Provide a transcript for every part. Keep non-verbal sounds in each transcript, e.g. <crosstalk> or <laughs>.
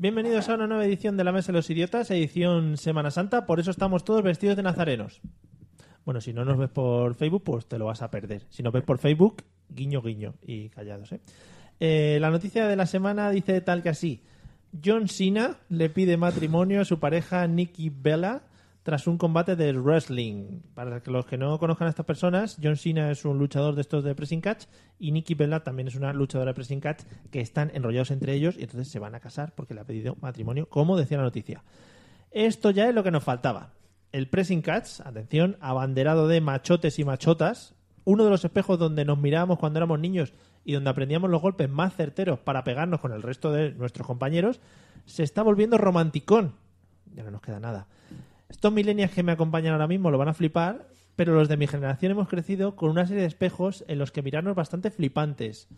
Bienvenidos a una nueva edición de La Mesa de los Idiotas, edición Semana Santa. Por eso estamos todos vestidos de nazarenos. Bueno, si no nos ves por Facebook, pues te lo vas a perder. Si nos ves por Facebook, guiño, guiño. Y callados, ¿eh? Eh, la noticia de la semana dice tal que así. John Cena le pide matrimonio a su pareja Nikki Bella tras un combate de wrestling. Para que los que no conozcan a estas personas, John Cena es un luchador de estos de pressing catch y Nikki Bella también es una luchadora de pressing catch que están enrollados entre ellos y entonces se van a casar porque le ha pedido matrimonio, como decía la noticia. Esto ya es lo que nos faltaba. El pressing catch, atención, abanderado de machotes y machotas, uno de los espejos donde nos mirábamos cuando éramos niños y donde aprendíamos los golpes más certeros para pegarnos con el resto de nuestros compañeros, se está volviendo romanticón. Ya no nos queda nada. Estos millennials que me acompañan ahora mismo lo van a flipar, pero los de mi generación hemos crecido con una serie de espejos en los que mirarnos bastante flipantes.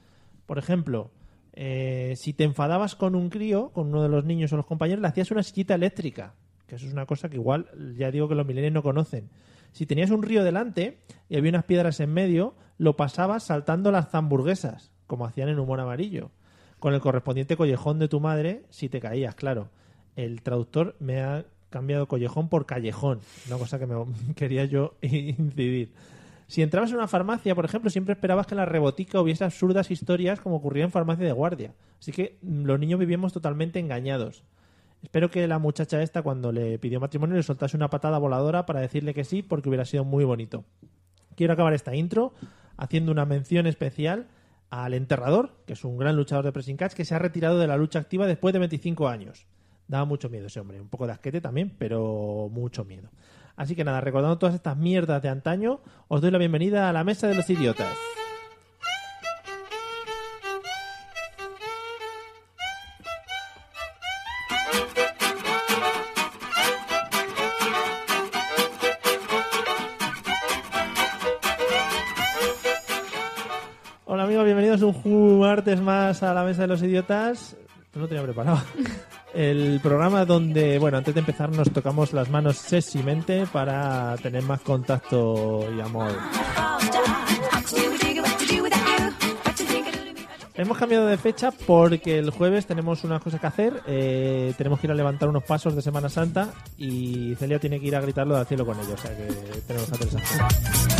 Por ejemplo, eh, si te enfadabas con un crío, con uno de los niños o los compañeros, le hacías una sillita eléctrica, que eso es una cosa que igual ya digo que los millennials no conocen. Si tenías un río delante y había unas piedras en medio, lo pasabas saltando las hamburguesas, como hacían en Humor Amarillo, con el correspondiente collejón de tu madre si te caías, claro. El traductor me ha cambiado collejón por callejón, una cosa que me <laughs> quería yo <laughs> incidir. Si entrabas en una farmacia, por ejemplo, siempre esperabas que en la rebotica hubiese absurdas historias como ocurría en farmacia de guardia. Así que los niños vivíamos totalmente engañados. Espero que la muchacha esta, cuando le pidió matrimonio, le soltase una patada voladora para decirle que sí, porque hubiera sido muy bonito. Quiero acabar esta intro haciendo una mención especial al Enterrador, que es un gran luchador de pressing catch que se ha retirado de la lucha activa después de 25 años. Daba mucho miedo ese hombre, un poco de asquete también, pero mucho miedo. Así que nada, recordando todas estas mierdas de antaño, os doy la bienvenida a la Mesa de los Idiotas. Hola amigos, bienvenidos un ju- martes más a la Mesa de los Idiotas. No lo tenía preparado. El programa donde, bueno, antes de empezar nos tocamos las manos sexymente para tener más contacto y amor. Hemos cambiado de fecha porque el jueves tenemos unas cosas que hacer. eh, tenemos que ir a levantar unos pasos de Semana Santa y Celia tiene que ir a gritarlo de al cielo con ellos. O sea que tenemos que hacer esas cosas.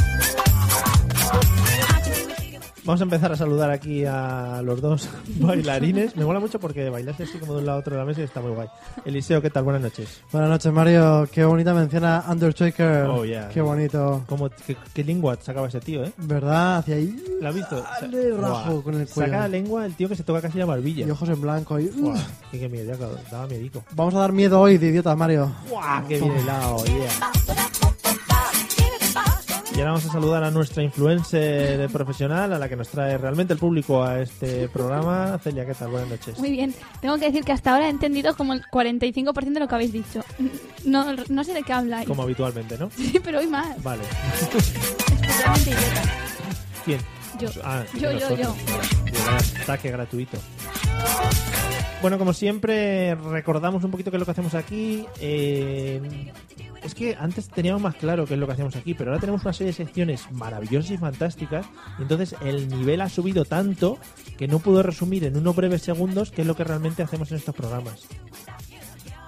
Vamos a empezar a saludar aquí a los dos <laughs> bailarines. Me mola mucho porque bailaste así como de un lado a otro de la mesa y está muy guay. Eliseo, ¿qué tal? Buenas noches. Buenas noches, Mario. Qué bonita mención a Undertaker. Oh, yeah. Qué bonito. ¿Cómo, qué, qué lengua sacaba ese tío, eh? ¿Verdad? Hacia ahí. ¿La has visto? Sa- Dale Ah, rajo Buah. con el cuello. Saca la lengua el tío que se toca casi la barbilla. Y ojos en blanco. y- uh, Buah, qué, qué miedo, ya, claro, daba miedico. Vamos a dar miedo hoy de idiotas, Mario. ¡Buah, Ah, qué bien helado, yeah. Y ahora vamos a saludar a nuestra influencer profesional, a la que nos trae realmente el público a este programa. Celia, ¿qué tal? Buenas noches. Muy bien. Tengo que decir que hasta ahora he entendido como el 45% de lo que habéis dicho. No, no sé de qué habláis. Como habitualmente, ¿no? <laughs> Sí, pero hoy más. Vale. Especialmente idiota. ¿Quién? Yo. Ah, Yo, yo, nosotros. yo. Mira, vaya Ataque gratuito. Bueno, como siempre, recordamos un poquito qué es lo que hacemos aquí. Eh, es que antes teníamos más claro qué es lo que hacemos aquí, pero ahora tenemos una serie de secciones maravillosas y fantásticas. Y entonces el nivel ha subido tanto que no puedo resumir en unos breves segundos qué es lo que realmente hacemos en estos programas.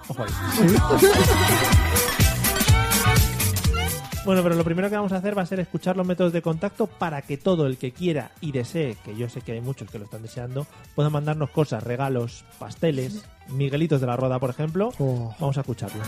Ojo ahí. Bueno, pero lo primero que vamos a hacer va a ser escuchar los métodos de contacto para que todo el que quiera y desee, que yo sé que hay muchos que lo están deseando, puedan mandarnos cosas, regalos, pasteles, Miguelitos de la Roda, por ejemplo. Oh. Vamos a escucharlos.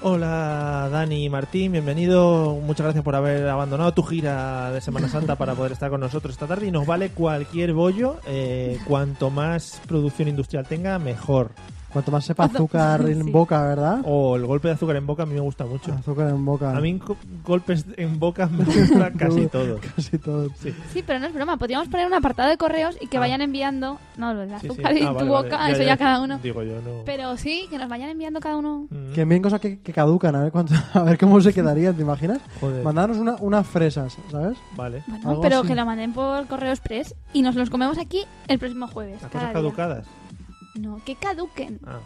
Hola Dani y Martín, bienvenido. Muchas gracias por haber abandonado tu gira de Semana Santa para poder estar con nosotros esta tarde. Y nos vale cualquier bollo. eh, cuanto más producción industrial tenga, mejor. Cuanto más sepa azúcar en Sí. boca, ¿verdad? O el golpe de azúcar en boca a mí me gusta Oh, mucho. Azúcar en boca. <laughs> A mí co- golpes en boca me gusta casi todo. Casi todo. Sí. Sí, pero no es broma. Podríamos poner un apartado de correos y que Ah. vayan enviando. No, lo del <laughs> Sí, sí. azúcar y Ah, vale, tu vale. boca, eso ya cada uno. Digo yo, no. Pero sí, que nos vayan enviando cada uno. Mm, Que envíen cosas que, que caducan, a ver, cuánto, <laughs> a ver cómo se quedarían, ¿te imaginas? Joder. Mandarnos una, unas fresas, ¿sabes? Vale. Bueno, Algo pero así. que la manden por correo express y nos los comemos aquí el próximo jueves. Las cada cosas día. caducadas. No, que caduquen. Ah.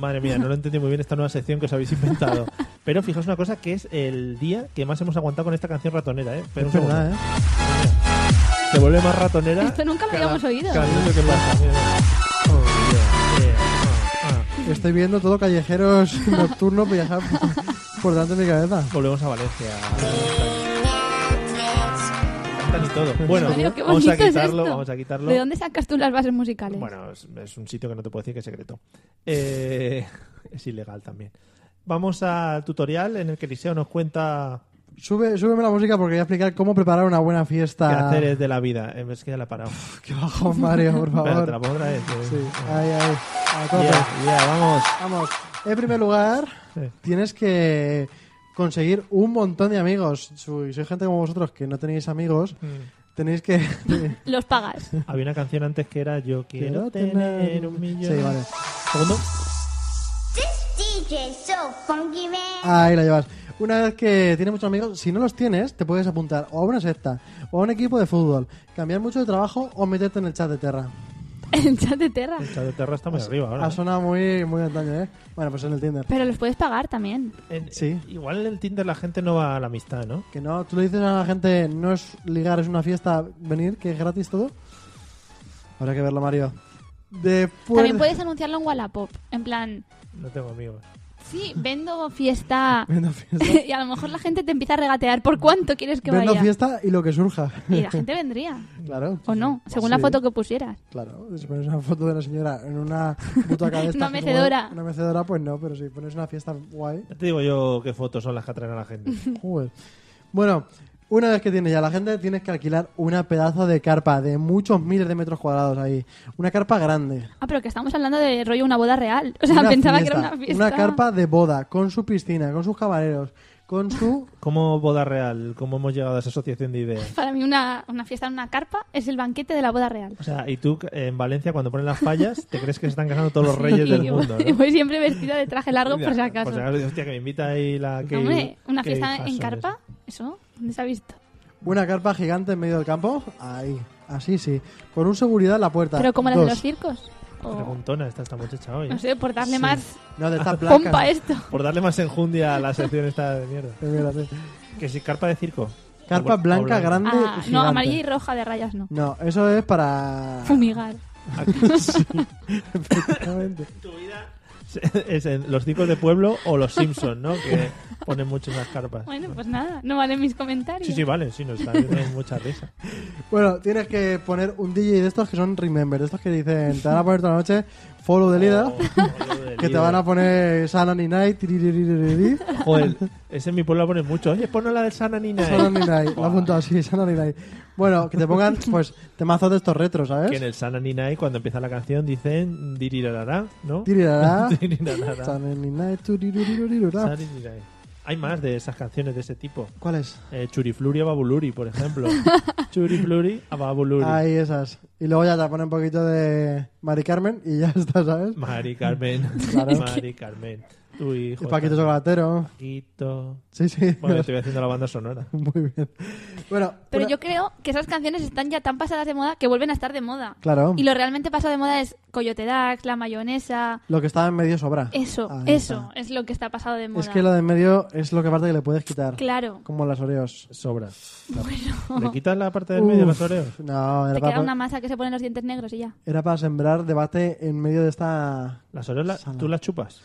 Madre mía, no lo entendí muy bien esta nueva sección que os habéis <laughs> inventado. Pero fijaos una cosa que es el día que más hemos aguantado con esta canción ratonera, ¿eh? Pero es un segundo. verdad, ¿eh? Se vuelve más ratonera. Esto nunca lo cada- habíamos oído. cada minuto que pasa. Mira. Oh, yeah, yeah, ah, ah. ¿eh? Estoy viendo todo callejeros <laughs> nocturnos viajar por, por delante de mi cabeza. Volvemos a Valencia. Cantan y todo. Bueno, Mario, qué vamos a bonito es quitarlo, esto. vamos a quitarlo. ¿De dónde sacas tú las bases musicales? Bueno, es, es un sitio que no te puedo decir que es secreto. Eh, <laughs> es ilegal también. Vamos al tutorial en el que Eliseo nos cuenta Sube, súbeme la música porque voy a explicar cómo preparar una buena qué fiesta. hacer es de la vida. Eh, Es que ya la he parado. Qué bajón, Mario, por Espera, te la favor. pongo otra vez. Sí, ahí, ahí. A tope. Yeah, yeah, vamos. Vamos. En primer lugar, Sí. tienes que conseguir un montón de amigos. Si sois gente como vosotros que no tenéis amigos, Mm. tenéis que... <laughs> <laughs> Los pagas. <laughs> Había una canción antes que era Yo quiero, tener un millón. Sí, vale. Segundo. This DJ is so funky, man. Ahí la llevas. Una vez que tienes muchos amigos, si no los tienes, te puedes apuntar o a una secta, o a un equipo de fútbol, cambiar mucho de trabajo o meterte en el chat de Terra. El chat de Terra. El Chavo Terra está muy arriba ahora. Ha ¿eh? sonado muy, muy antaño, ¿eh? Bueno, pues en el Tinder. Pero los puedes pagar también. En- Sí. Igual en el Tinder la gente no va a la amistad, ¿no? Que no, tú le dices a la gente, no es ligar, es una fiesta, venir, que es gratis todo. Habrá que verlo, Mario. Después... También puedes anunciarlo en Wallapop. En plan, No tengo amigos. sí, vendo fiesta. <laughs> Vendo fiesta. y a lo mejor la gente te empieza a regatear por cuánto quieres <laughs> que Vendo vaya. fiesta y lo que surja. Y la gente vendría. <laughs> Claro. O no, según la Sí, foto que pusieras. Claro, si pones una foto de la señora en una butaca de estas <laughs> Una que es mecedora. guay- Una mecedora, pues no, pero si pones una fiesta guay... <laughs> Ya te digo yo qué fotos son las que atraen a la gente. Joder. Bueno, una vez que tienes ya la gente, tienes que alquilar una pedazo de carpa de muchos miles de metros cuadrados ahí. Una carpa grande. Ah, pero que estamos hablando de rollo una boda real. O sea, Una pensaba que fiesta. era una fiesta. carpa de boda, con su piscina, con sus caballeros, con su... ¿Cómo boda real? ¿Cómo hemos llegado a esa asociación de ideas? Para mí una, una fiesta en una carpa es el banquete de la boda real. O sea, y tú en Valencia cuando ponen las fallas, te crees que se están casando todos los reyes Y del yo- mundo. <laughs> y ¿no? voy siempre vestida de traje largo por si Mira, acaso. Por si acaso, hostia, que me invita ahí la que. Hombre, una fiesta en carpa, ¿eso? ¿Dónde se ha visto? Una carpa gigante en medio del campo. Ahí, así sí. Con un seguridad en la puerta. Pero como las de Dos. los circos. O- Preguntona está esta muchacha hoy. ¿eh? no sé, por darle Sí. más No, de <laughs> esta placa. pompa a esto. Por darle más enjundia a la sección esta de mierda. Que si carpa de circo. Carpa O- o blanca, grande y Ah, no, gigante. amarilla y roja de rayas no. No, eso es <laughs> para... Fumigar. Efectivamente. <laughs> Es en los circos de pueblo o los Simpson, ¿no? Que ponen mucho esas carpas. Bueno, pues nada, no valen mis comentarios. Sí, sí, vale, sí, nos está dando mucha risa. Bueno, tienes que poner un DJ de estos que son Remember, de estos que dicen, te van a poner toda la noche Follow the Leader, <laughs> que te van a poner Sanani Night, tiririririririri, Joder, ese en mi pueblo pone mucho. Oye, ponos la del Sana Nina. eh. Sanani Night, lo apunto así, Sanani Night. Bueno, que te pongan, pues, temazos de estos retros, Que en ¿sabes? el Sana Nina, cuando empieza la canción, dicen dirirarará, ¿no? Tirirará, Dirirarará. Sanani Night, tuririririririrá. Sana Nina. Hay más de esas canciones de ese tipo. ¿Cuál es? Eh, Churifluri a Babuluri, por <laughs> ejemplo. Churifluri a Babuluri. Ahí esas. Y luego ya te ponen un poquito de Mari Carmen y ya está, ¿sabes? Mari Carmen. <laughs> Claro. Mari Carmen. Tu hijo. El Paquito está- Chocolatero. Paquito. Sí, sí. Bueno, estoy haciendo la banda sonora. Muy bien. Bueno, Pero una- yo creo que esas canciones están ya tan pasadas de moda que vuelven a estar de moda. Claro. Y lo realmente pasado de moda es Coyote Dax, la mayonesa. Lo que estaba en medio sobra. Eso, Ahí eso está. es lo que está pasado de moda. Es que lo de en medio es lo que aparte que le puedes quitar. Claro. Como las Oreos. Sobra. ¿Le quitas la parte del medio de Uf, los oreos? No, era Te queda para, una masa que se ponen los dientes negros y ya. era para sembrar debate en medio de esta... Las oreos la- Sala. tú las chupas.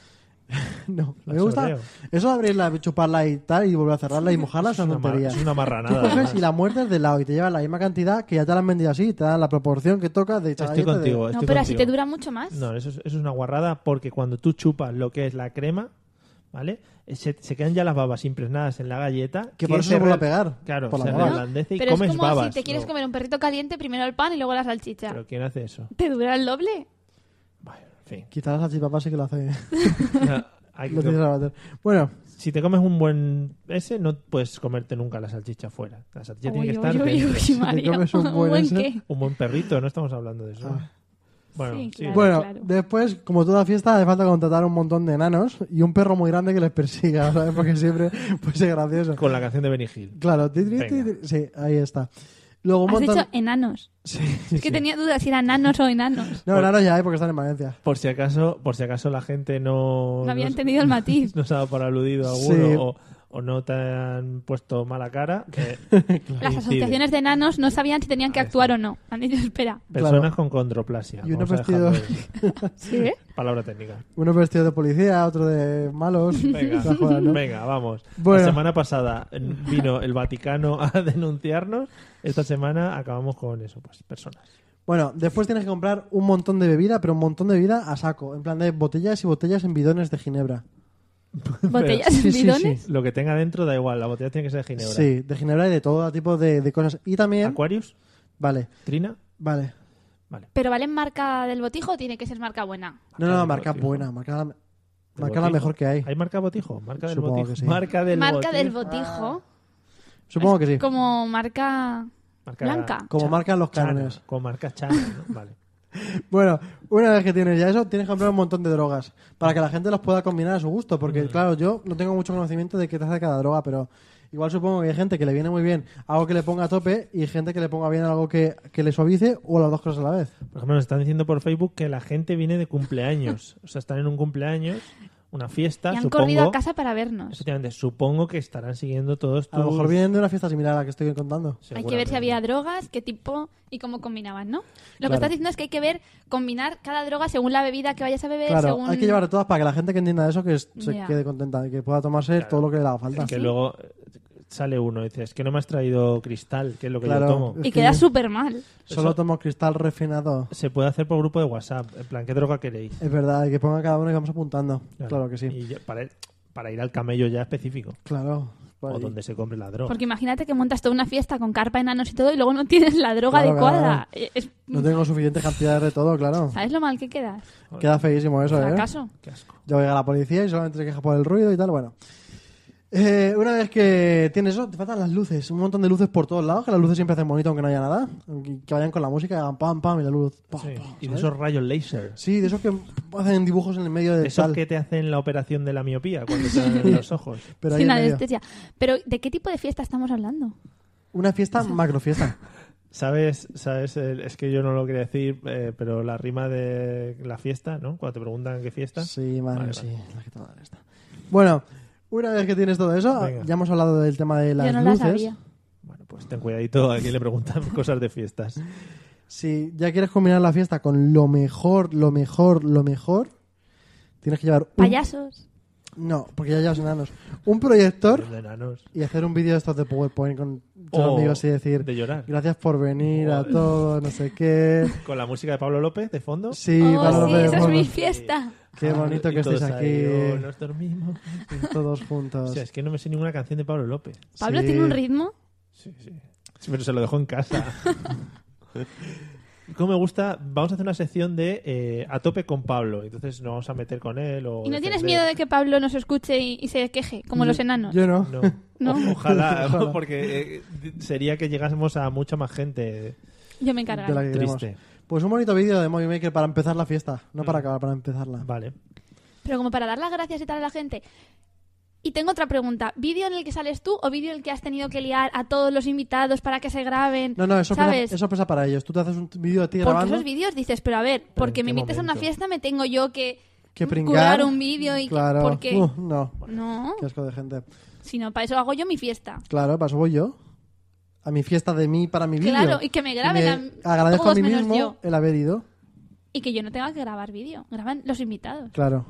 <laughs> No, me Las gusta. Oreo. Eso de abrirla, chuparla y tal, y volver a cerrarla y mojarla es una Una ma- tontería. es una Tú <laughs> marranada. coges además. y la muerdes de lado y te llevas la misma cantidad que ya te la han vendido así, te dan la proporción que toca de Estoy galleta de- contigo. eh. No, estoy pero así contigo. te dura mucho más. No, eso es, eso es una guarrada porque cuando tú chupas lo que es la crema, ¿Vale? Eh, Se, se quedan ya las babas impregnadas en la galleta. Que por eso se se vuelve a re- pegar, Claro, por la se baba. reblandece y Pero comes es como babas. si te quieres luego. comer un perrito caliente, primero el pan y luego la salchicha. Pero ¿quién hace eso? ¿Te dura el doble? Bueno, en <laughs> fin. <laughs> Quizás la chipapa sí que lo hace. <laughs> Hay que lo tienes com- a bater. Bueno, Si te comes un buen ese, no puedes comerte nunca la salchicha fuera. La salchicha tiene Uy, que uy, estar <laughs> uy, uy, dentro. Mario. comes <laughs> un buen ese. qué? Un buen perrito, no estamos hablando de eso. Ah. Bueno, Sí, sí. claro. bueno después, como toda fiesta, hace falta contratar un montón de enanos y un perro muy grande que les persiga, <laughs> ¿sabes? Porque siempre pues es gracioso. Con la canción de Benny Hill. Claro, ti, ti, ti, Venga. ti, sí, ahí está. Luego un Has montón... dicho enanos. Sí. Es que tenía dudas si eran nanos o enanos. No, enanos ya hay porque están en Valencia. Por si acaso, por si acaso la gente no No había nos- entendido <laughs> el <laughs> matiz. nos ha dado por aludido alguno Sí. o, o no te han puesto mala cara. <laughs> eh, Las coincide. asociaciones de enanos no sabían si Ah, tenían que actuar o no. Han dicho, espera. Personas Claro. con condroplasia. Y uno Vamos a dejarlo vestido- ahí. ¿Sí? <laughs> ¿eh? Palabra técnica. <laughs> Uno vestido de policía, otro de malos. <laughs> Venga, esas cosas, ¿no? venga, vamos. Bueno. La semana pasada eh, vino el Vaticano a <laughs> denunciarnos. Esta semana acabamos con eso, pues personas. Bueno, después tienes que comprar un montón de bebida, pero un montón de bebida a saco. En plan de botellas y botellas en bidones de ginebra. ¿Botellas Sí, en sí, bidones? Lo que tenga dentro da igual, la botella tiene que ser de ginebra. Sí, de ginebra y de todo tipo de, de cosas. Y también... Aquarius, Vale, Trina. vale. ¿Pero valen marca del botijo o tiene que ser marca buena? Marca No, no, no, del marca botijo. buena. Marca la, ¿De marca la botijo? mejor que hay. ¿Hay marca botijo? Marca del Supongo botijo. que sí. Marca del marca botijo. del botijo. Supongo Es que Ah, sí. Como marca... Marca- blanca. Como Chana. marcan los Chana, cánones. Con marca chana, ¿no? Vale. Bueno, una vez que tienes ya eso, tienes que comprar un montón de drogas para que la gente las pueda combinar a su gusto, porque Mm. claro, yo no tengo mucho conocimiento de qué te hace cada droga, pero igual supongo que hay gente que le viene muy bien algo que le ponga a tope y gente que le ponga bien algo que, que le suavice o las dos cosas a la vez. Por ejemplo, nos están diciendo por Facebook que la gente viene de cumpleaños. O sea, están en un cumpleaños, una fiesta, Y han supongo. corrido a casa para vernos. Efectivamente, supongo que estarán siguiendo todos A lo tus- mejor vienen de una fiesta similar a la que estoy contando. Hay que ver si Seguramente. había drogas, qué tipo y cómo combinaban, ¿no? Lo Claro. que estás diciendo es que hay que ver, combinar cada droga según la bebida que vayas a beber, Claro, Eh, según... hay que llevar a todas para que la gente que entienda eso que es- se Ya. quede contenta y que pueda tomarse todo lo que le haga falta. Que luego eh, sale uno y dice, es que no me has traído cristal, que es lo que Claro. yo tomo. Y que- queda súper mal. Solo Eso- tomo cristal refinado. Se puede hacer por grupo de WhatsApp, en plan, ¿qué droga queréis? Es verdad, y que ponga cada uno y vamos apuntando. Claro, que sí. Y ya- para, para ir al camello ya específico, Claro. Pues o Vale. donde se compre la <laughs> droga. Porque imagínate que montas toda una fiesta con carpa, enanos y todo y luego no tienes la droga Claro, adecuada. claro. Eh, es- No tengo suficientes cantidades de todo, claro. ¿Sabes lo mal que quedas? Queda feísimo eso, ¿eh? ¿Acaso? Qué asco. Ya llega la policía y solamente te quejas por el ruido y tal, bueno. Eh, una vez que tienes eso, te faltan las luces, un montón de luces por todos lados, que las luces siempre hacen bonito aunque no haya nada, que que vayan con la música, hagan pam, pam y la luz. pa, Sí. pa, Y de ¿sabes? esos rayos láser. Sí, de esos que hacen dibujos en el medio De de esos tal, que te hacen la operación de la miopía cuando te dan en <laughs> los ojos. pero ahí Sin en medio. anestesia. Pero, ¿de qué tipo de fiesta estamos hablando? Una fiesta, macro fiesta. ¿Sabes? sabes el- es que yo no lo quería decir, eh, pero la rima de la fiesta, ¿no? Cuando te preguntan qué fiesta. Sí, madre, Vale, sí, la que te va a dar esta. Bueno, una vez que tienes todo eso, Venga. ya hemos hablado del tema de las Yo no luces. la sabía. Bueno, pues ten cuidadito a quien le preguntan <laughs> cosas de fiestas. Si ya quieres combinar la fiesta con lo mejor, lo mejor, lo mejor, tienes que llevar un Payasos. No, porque ya llevas enanos. Un proyector <laughs> De enanos. y hacer un vídeo de estos de PowerPoint con tus O amigos y decir de llorar. gracias por venir a todos, no sé <laughs> qué. Con la música de Pablo López de fondo. Ah, Sí, oh, Pablo sí, López, esa es bueno, mi fiesta. qué bonito Y que todos estéis ahí, oh, aquí nos dormimos. todos O juntos. sea, es que no me sé ninguna canción de Pablo López. Pablo Sí. tiene un ritmo. Sí, sí. Sí, Pero se lo dejó en casa. <laughs> Como me gusta, vamos a hacer una sección de eh, a tope con Pablo. Entonces nos vamos a meter con él. O ¿Y no tienes defender. miedo de que Pablo nos escuche y, y se queje, como los enanos? Yo no. Mm. No. No. O- Ojalá, Ojalá. porque eh, sería que llegásemos a mucha más gente. Yo me De la encargaré. que queremos. Triste. Pues un bonito vídeo de Movie Maker para empezar la fiesta, no Mm. para acabar, para empezarla. Vale. Pero como para dar las gracias y tal a la gente. Y tengo otra pregunta. ¿Vídeo en el que sales tú o vídeo en el que has tenido que liar a todos los invitados para que se graben? No, no, eso ¿Sabes? pesa, eso pesa para ellos. Tú te haces un vídeo de ti Porque grabando. esos vídeos dices, pero a ver, porque en me qué invites a una momento? fiesta me tengo yo que, Que pringar. currar un vídeo y que- Claro. porque Uh, no, no, qué asco de gente. si no para eso hago yo mi fiesta. Claro, paso voy yo. A mi fiesta de mí para mi vídeo. Claro, y que me graben a- agradezco a todos mí menos mismo yo. el haber ido. Y que yo no tenga que grabar vídeo, graban los invitados. Claro.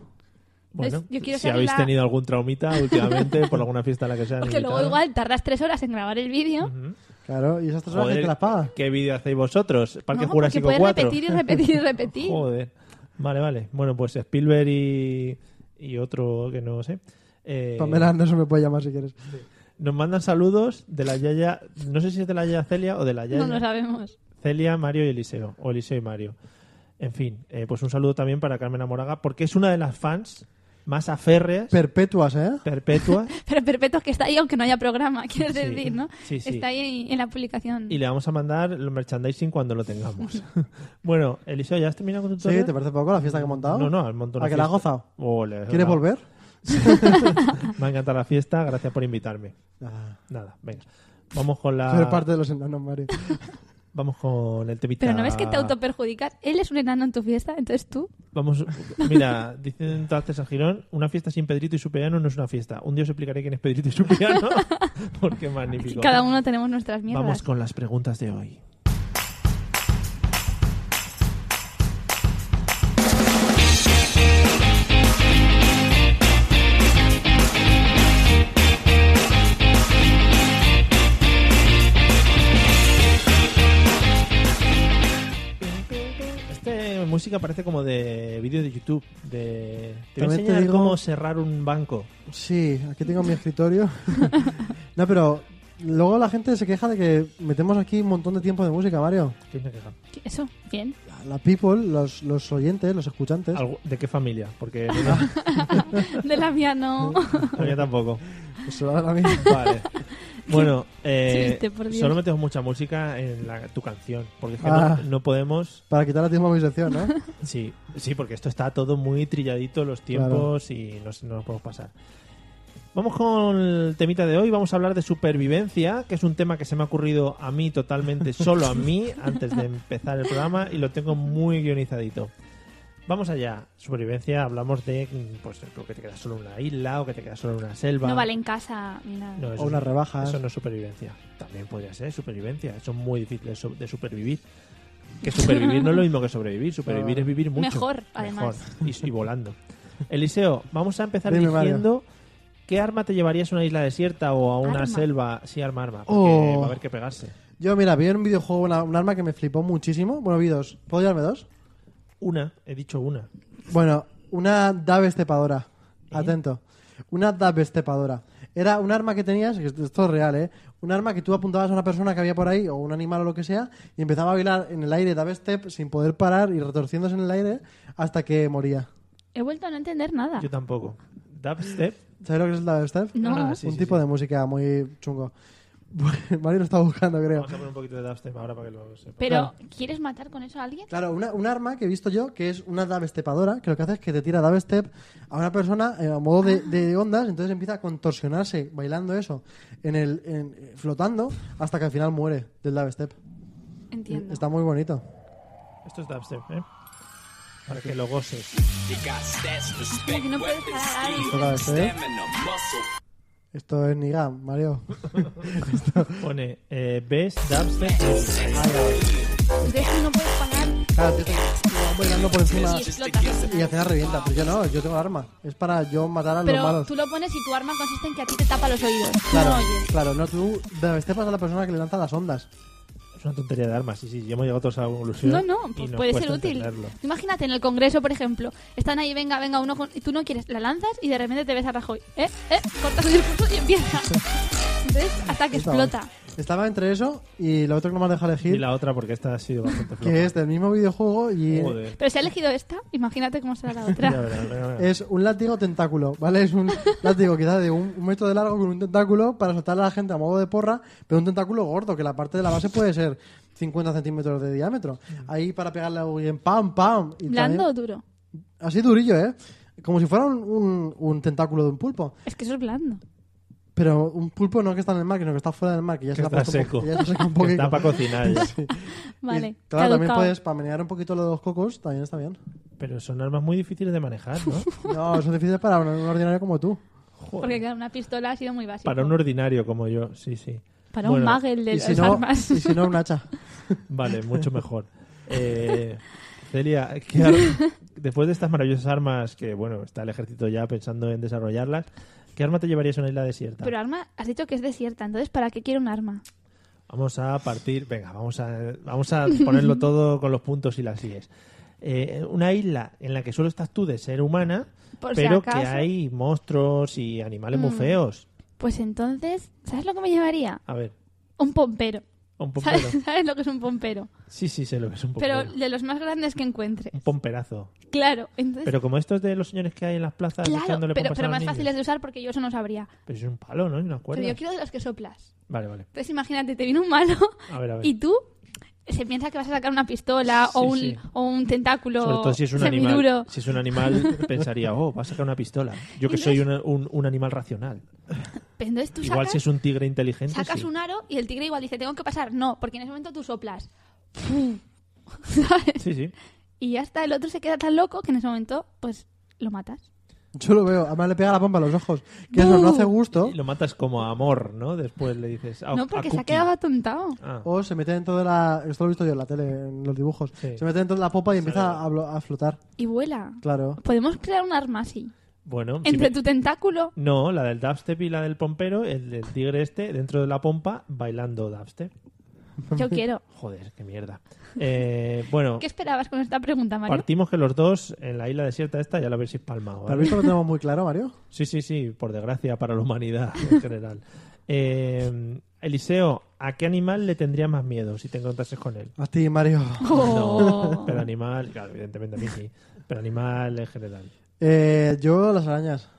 Bueno, Entonces, Pues yo quiero si ser habéis la- tenido algún traumita <laughs> últimamente por alguna fiesta a la que sean Porque luego invitados. igual tardas tres horas en grabar el vídeo. Claro, y esas tres horas Joder, que te las paga. ¿Qué vídeo hacéis vosotros? Parque No, porque Jurásico puedes 4. repetir y repetir <laughs> y repetir. Joder. Vale, vale. Bueno, pues Spielberg y, y otro que no sé. Eh, Pamela Anderson me puede llamar si quieres. Nos mandan saludos de la Yaya, no sé si es de la Yaya Celia o de la Yaya No lo sabemos. Celia, Mario y Eliseo, o Eliseo y Mario. En fin, eh, pues un saludo también para Carmen Amoraga, porque es una de las fans más aférreas, Perpetuas, ¿eh? <laughs> perpetuas, Pero Perpetuos que está ahí aunque no haya programa, <laughs> quieres Sí. decir, ¿no? Sí, sí. Está ahí en la publicación. y le vamos a mandar el merchandising cuando lo tengamos. <laughs> bueno, Eliseo, ¿ya has terminado con tu Sí, tutorial? ¿te parece poco la fiesta que he montado? No, no, al montón ¿A de que la has fiesta. Ah. gozado? Ole, ¿Quieres va. volver? Me ha encantado la fiesta, gracias por invitarme. Ah, Nada, venga. Vamos con la. Ser parte de los <laughs> enanos, Mario. Vamos con el temita. Pero no ves que te autoperjudicas. Él es un enano en tu fiesta, entonces tú. Vamos, mira, dicen todas César Girón, una fiesta sin Pedrito y su piano no es una fiesta. Un día os explicaré quién es Pedrito y su piano, <laughs> porque es magnífico. Cada uno tenemos nuestras mierdas. Vamos con las preguntas de hoy. Este música parece como de vídeo de YouTube. De... Te voy a También te enseñar digo- cómo cerrar un banco. Sí, aquí tengo mi escritorio. <laughs> no, pero luego la gente se queja de que metemos aquí un montón de tiempo de música, Mario. ¿Qué es la queja? Eso, bien. <laughs> La, la people, los, los oyentes, los escuchantes. Algo- ¿De qué familia? <laughs> Porque no, De la mía <laughs> no. no, yo tampoco. Pues se lo dan a mí. <laughs> <laughs> Vale. Bueno, eh, Triste, por Dios. solo metemos mucha música en la- tu canción, porque es que Ah. no, no podemos... Para quitarle tiempo a mi sección, ¿no? Sí, sí, porque esto está todo muy trilladito, los tiempos, y no, se- no lo podemos pasar. Vamos con el temita de hoy, vamos a hablar de supervivencia, que es un tema que se me ha ocurrido a mí <laughs> totalmente, solo a mí, antes de empezar el programa, y lo tengo muy guionizadito. Vamos allá, supervivencia, hablamos de mm, pues, lo que te queda solo en una isla o que te queda solo en una selva. No vale en casa ni nada. No, eso O unas no- rebajas. Eso no es supervivencia. También podría ser supervivencia. Son muy difíciles so- de supervivir. Que supervivir <laughs> no es lo mismo que sobrevivir. Supervivir Claro. es vivir mucho. Mejor, además. Mejor. Y, y volando. Eliseo, vamos a empezar Dime, Mario. diciendo qué arma te llevarías a una isla desierta o a una Arma. selva. Sí, arma, arma. Porque Oh. va a haber que pegarse. Yo, mira, vi en un videojuego una- un arma que me flipó muchísimo. Bueno, vi dos. ¿Puedo llevarme dos? Una, he dicho una. Bueno, una DAB estepadora. Atento. Una DAB estepadora. Era un arma que tenías, que esto esto es real, ¿eh? Un arma que tú apuntabas a una persona que había por ahí, o un animal o lo que sea, y empezaba a bailar en el aire DAB step sin poder parar y retorciéndose en el aire hasta que moría. He vuelto a no entender nada. Yo tampoco. Dubstep. ¿Sabes lo que es el DAB step? Ah. No. Ah, sí, un sí, tipo sí. de música muy chungo. <laughs> Mario lo está buscando, creo. Vamos a poner un poquito de dubstep ahora para que lo sepa. Pero, ¿quieres matar con eso a alguien? Claro, una, un arma que he visto yo, que es una dab stepadora, que lo que hace es que te tira dab step a una persona eh, a modo de, Ah. de ondas, entonces empieza a contorsionarse bailando eso, en el, en- eh, flotando, hasta que al final muere del dab step. Entiendo. Está muy bonito. Esto es dubstep, ¿eh? Para que lo goces. Como que no puedes <laughs> parar a alguien. Esto, dab step. Esto es Nigam, Mario. Pone eh, best dubstep. De eso no puedes parar Claro, tío, te- te van bailando por encima y explotas. y al final revienta, pero yo no, yo tengo arma. Es para yo matar a los Pero malos. tú lo pones y tu arma consiste en que a ti te tapa los oídos. Tú Claro, no oyes. claro, no tú dab stepas a la persona que le lanza las ondas. Es una tontería de armas, sí, sí. Ya hemos llegado todos a la conclusión. No, no, y pues nos puede ser cuesta útil. entenderlo. Tú Imagínate en el Congreso, por ejemplo, están ahí, venga, venga, uno con- y tú no quieres, la lanzas y de repente te ves a Rajoy. ¿Eh? ¿Eh? Cortas el discurso y empieza. Entonces, hasta que Está guay. explota. Estaba entre eso y lo otro que no me has dejado Y elegir. la otra, porque esta ha sido bastante floja. que es del mismo videojuego y Joder. Pero si ha elegido esta, imagínate cómo será <laughs> la Ya otra. verás, venga, venga. es un látigo tentáculo, ¿vale? Es <laughs> un látigo quizás de un, un metro de largo con un tentáculo para soltar a la gente a modo de porra, pero un tentáculo gordo, que la parte de la base puede ser 50 centímetros de diámetro. Ahí para pegarle a alguien, ¡pam, pam! Y Mm. ¿Blando o también- duro? así durillo, ¿eh? Como si fuera un, un- un tentáculo de un pulpo. Es que eso es blando. Pero un pulpo no que está en el mar, sino que está fuera del mar, que ya Que se le ha está puesto un po- seco. que ya se seca <laughs> un Que está poquito. para cocinar <laughs> ya. Vale. Y, claro, también caducado. puedes pamear un poquito lo de los cocos, también está <laughs> bien. Pero son armas muy difíciles de manejar, ¿no? No, son difíciles para un, un ordinario como tú. Porque claro, una pistola ha sido muy básica. Para un ordinario como yo, sí, sí. Para Bueno, un magel de Y si, las no, armas. y si no, un hacha. Vale, mucho mejor. Eh, Celia, ¿qué <laughs> ar- después de estas maravillosas armas que, bueno, está el ejército ya pensando en desarrollarlas, ¿qué arma te llevarías a una isla desierta? <laughs> Pero arma, has dicho que es desierta, entonces ¿para qué quiero un arma? <laughs> Vamos a partir, venga, vamos a, vamos a ponerlo todo con los puntos y las sillas. eh, una isla en la que solo estás tú de ser humana, Por si pero que acaso. hay monstruos y animales muy Mm. feos. Pues entonces, ¿sabes lo que me llevaría? A ver, Un pompero. un pompero. ¿Sabes, <laughs> sabes lo que es un pompero? Sí, sí, sé lo que es un pompero. Pero de los más grandes que encuentre. Un pomperazo. Claro, entonces. Pero como estos de los señores que hay en las plazas claro, echándole pero, pompas pero a los más niños. fáciles de usar porque yo eso no sabría. Pero es un palo, ¿no? Y una cuerda. Pero yo quiero de los que soplas. Vale, vale. Entonces imagínate, te viene un malo A ver, a ver. y tú se piensa que vas a sacar una pistola o, Sí, un, sí. o un tentáculo Sobre todo si es un semiduro. animal. Si es un <laughs> animal, pensaría, oh, va a sacar una pistola. Yo que soy una- un, un animal racional. Pero entonces tú Igual sacas, si es un tigre inteligente. sacas sí. un aro y el tigre igual dice, tengo que pasar. No, porque en ese momento tú soplas. ¡Fum! ¿Sabes? Sí, sí. <laughs> Y ya está, el otro se queda tan loco que en ese momento, pues, lo matas. Yo lo veo. Además le pega la pompa a los ojos. Que eso no hace gusto. Y lo matas como a amor, ¿no? Después le dices. "Ah, no, a porque se ha Cookie". quedado Oh. atontado. Ah, O se mete dentro de la... Esto lo he visto yo en la tele, en los dibujos. Sí. Se mete dentro de la popa y empieza a, blo- a flotar. Y vuela. Claro. Podemos crear un arma así. bueno. si Entre me- tu tentáculo. No, la del dubstep y la del pompero, el del tigre este, dentro de la pompa, bailando dubstep. <laughs> Yo quiero. Joder, qué mierda. <laughs> Eh, bueno, ¿Qué esperabas con esta pregunta, Mario? partimos que los dos en la isla desierta esta ya la habéis palmado. ¿Has ¿vale? visto que lo tenemos muy claro, Mario? Sí, sí, sí, por desgracia para la humanidad en <laughs> general. Eh, Eliseo, ¿a qué animal le tendrías más miedo si te encontrases con él? A ti, <laughs> Mario. <laughs> Oh. Pero animal, claro, evidentemente a mí sí, pero animal en general. Eh, yo las arañas.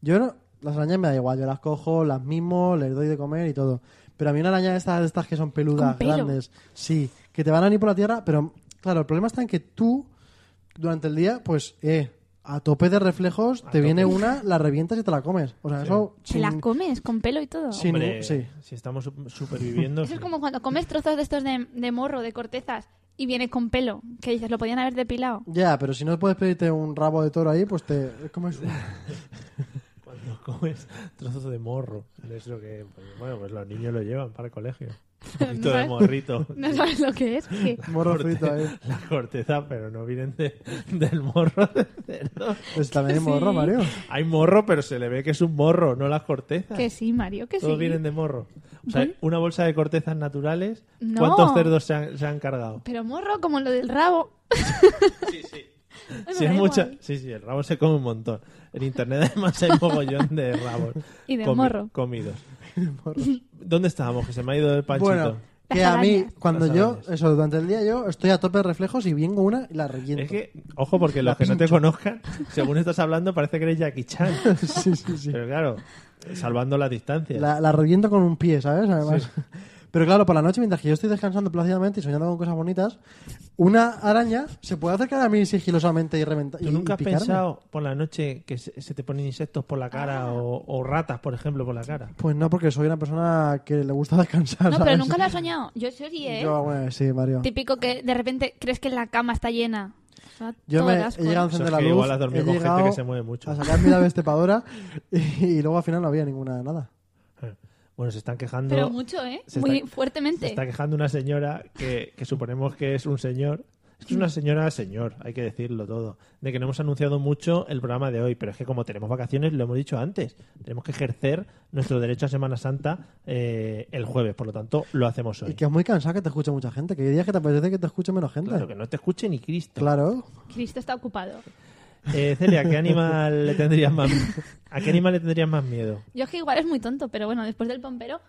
Yo no, las arañas me da igual, yo las cojo, las mimo, les doy de comer y todo. Pero a mí una araña de estas, de estas que son peludas, Con pelo. grandes, sí, que te van a venir por la tierra, pero claro, el problema está en que tú, durante el día, pues, eh, a tope de reflejos, te tope. viene una, la revientas y te la comes. O sea, eso... <laughs> Se la sin- comes con pelo y todo. Sí, Hombre, no, sí. si estamos su- superviviendo... Eso es sí. como cuando comes trozos de estos de, de morro, de cortezas, y viene con pelo. Que dices, lo podían haber depilado. Ya, pero si no puedes pedirte un rabo de toro ahí, pues te comes una. Cuando <laughs> comes trozos de morro, es lo que... pues, bueno, pues los niños lo llevan para el <laughs> colegio. Un poquito de sabes- morrito. <laughs> No sabes lo que es. que- morro Corte- frito ahí. La corteza, pero no vienen de- del morro <laughs> de cerdo. Pues también hay morro, Sí. Mario. Hay morro, pero se le ve que es un morro, no las cortezas. Que sí, Mario, que Todos sí. vienen de morro. O sea, Bueno. una bolsa de cortezas naturales. No. ¿Cuántos cerdos se han, se han cargado? Pero morro, como lo del rabo. Me Sí, da es igual. mucha- sí, sí, el rabo se come un montón. En internet <laughs> además hay mogollón de rabos. Y de comi- morro. <laughs> Comidos. ¿Dónde estábamos? Que se me ha ido el panchito. Bueno, Las que a mí, arañas. cuando Las yo, arañas. eso, durante el día yo estoy a tope de reflejos y vengo una y la reviento. Es que, ojo, porque los que no te conozcan, según estás hablando, parece que eres Jackie Chan. <laughs> sí, <laughs> sí, sí. Pero claro, salvando las distancias. La, la reviento con un pie, ¿sabes? Además. <laughs> Pero claro, por la noche, mientras que yo estoy descansando plácidamente y soñando con cosas bonitas, una araña se puede acercar a mí sigilosamente y reventar. ¿Tú nunca has pensado por la noche que se, se te ponen insectos por la cara Ah. o, o ratas, por ejemplo, por la cara? Pues no, porque soy una persona que le gusta <laughs> descansar. No, pero <laughs> ¿sabes? nunca lo has soñado. Yo sí, ¿eh? Yo, bueno, sí, Mario. Típico que de repente crees que la cama está llena. O sea, Yo todo me el he asco. llegado a Eso encender es la que luz. igual has dormido he con gente que llegado se mueve mucho. A sacar mi la destepadora <laughs> y, y luego al final no había ninguna nada. Bueno, se están quejando. Pero mucho, ¿eh? Se Muy está- Se fuertemente. está quejando una señora que, que suponemos que es un señor. Es que es una señora, señor, hay que decirlo todo. De que no hemos anunciado mucho el programa de hoy, pero es que como tenemos vacaciones, lo hemos dicho antes, tenemos que ejercer nuestro derecho a Semana Santa eh, el jueves, por lo tanto, lo hacemos Y hoy. que es muy cansado que te escuche mucha gente. Que hay días que te apetece que te escuche menos gente. Claro, que no te escuche ni Cristo. Claro. Cristo está ocupado. Eh, Celia, ¿qué animal le tendrías <laughs> más ¿a qué animal le tendrías más miedo? Yo es que igual es muy tonto, pero bueno, después del pompero.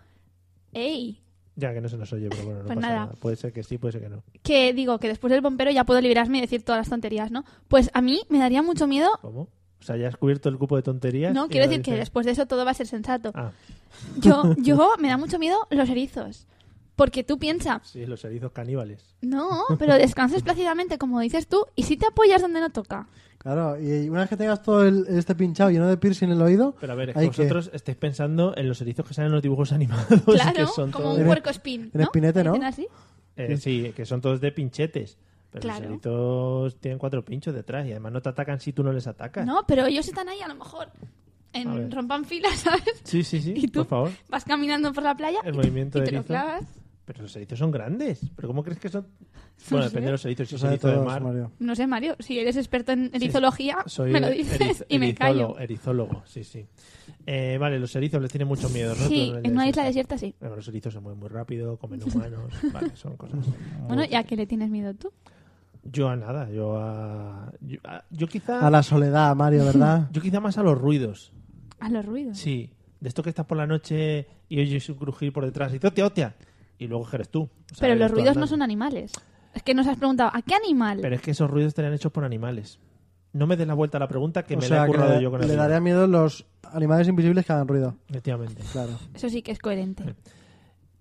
¡Ey! Ya que no se nos oye, pero bueno, no Pues pasa nada. nada. Puede ser que sí, puede ser que no. Que digo, que después del pompero ya puedo librarme y decir todas las tonterías, ¿no? Pues a mí me daría mucho miedo. ¿Cómo? O sea, ya has cubierto el cupo de tonterías. No, y quiero ahora decir que dices- después de eso todo va a ser sensato. Ah, <laughs> Yo, yo me da mucho miedo los erizos. Porque tú piensas, sí, los erizos caníbales. no, pero descansas plácidamente, como dices tú, y si te apoyas donde no toca. Claro, y una vez que tengas todo el- este pinchado lleno de piercing en el oído, Pero a ver, es que hay que- vosotros estáis pensando en los erizos que salen en los dibujos <laughs> animados. Pues que Claro, son como todos, un En- puerco spin. en espinete, ¿no? Dicen así. Eh, Sí, que son todos de pinchetes. Pero los Claro. erizos tienen cuatro pinchos detrás y además no te atacan si tú no les atacas. No, pero ellos están ahí a lo mejor A ver. en rompan filas, <laughs> ¿sabes? Sí, sí, sí, ¿Y tú? por favor. Vas caminando por la playa El y, movimiento te, y de te lo erizo. clavas. Pero los erizos son grandes. ¿Pero cómo crees que <laughs> son...? Bueno, depende de los erizos. Si lo es sabe erizo de todos, mar, Mario. No sé, Mario, si eres experto en erizología, Soy me lo dices eriz- <laughs> y me erizólogo, callo. erizólogo, sí, sí. Eh, vale, los erizos les tienen mucho miedo, ¿no? Sí, Tú el en una isla desierta sí. Bueno, <laughs> los erizos se mueven muy rápido, comen humanos, vale, son cosas. Bueno, ¿y a qué le tienes miedo tú? Yo a nada, yo a. Yo, a- yo quizá. A la soledad, Mario, ¿verdad? Yo quizá más a los ruidos. A los ruidos. Sí. De esto que estás por la noche y oyes un crujir por detrás y dices, hostia, hostia. Y luego que eres tú. O sea, Pero eres los tú ruidos no andando. son animales. Es que nos has preguntado, ¿a qué animal? Pero es que esos ruidos estarían hechos por animales. No me des la vuelta a la pregunta <laughs> que o me sea, la he que currado le, yo con el le ruido. daría miedo los animales invisibles que hagan ruido. Efectivamente. Claro. Eso sí que es coherente.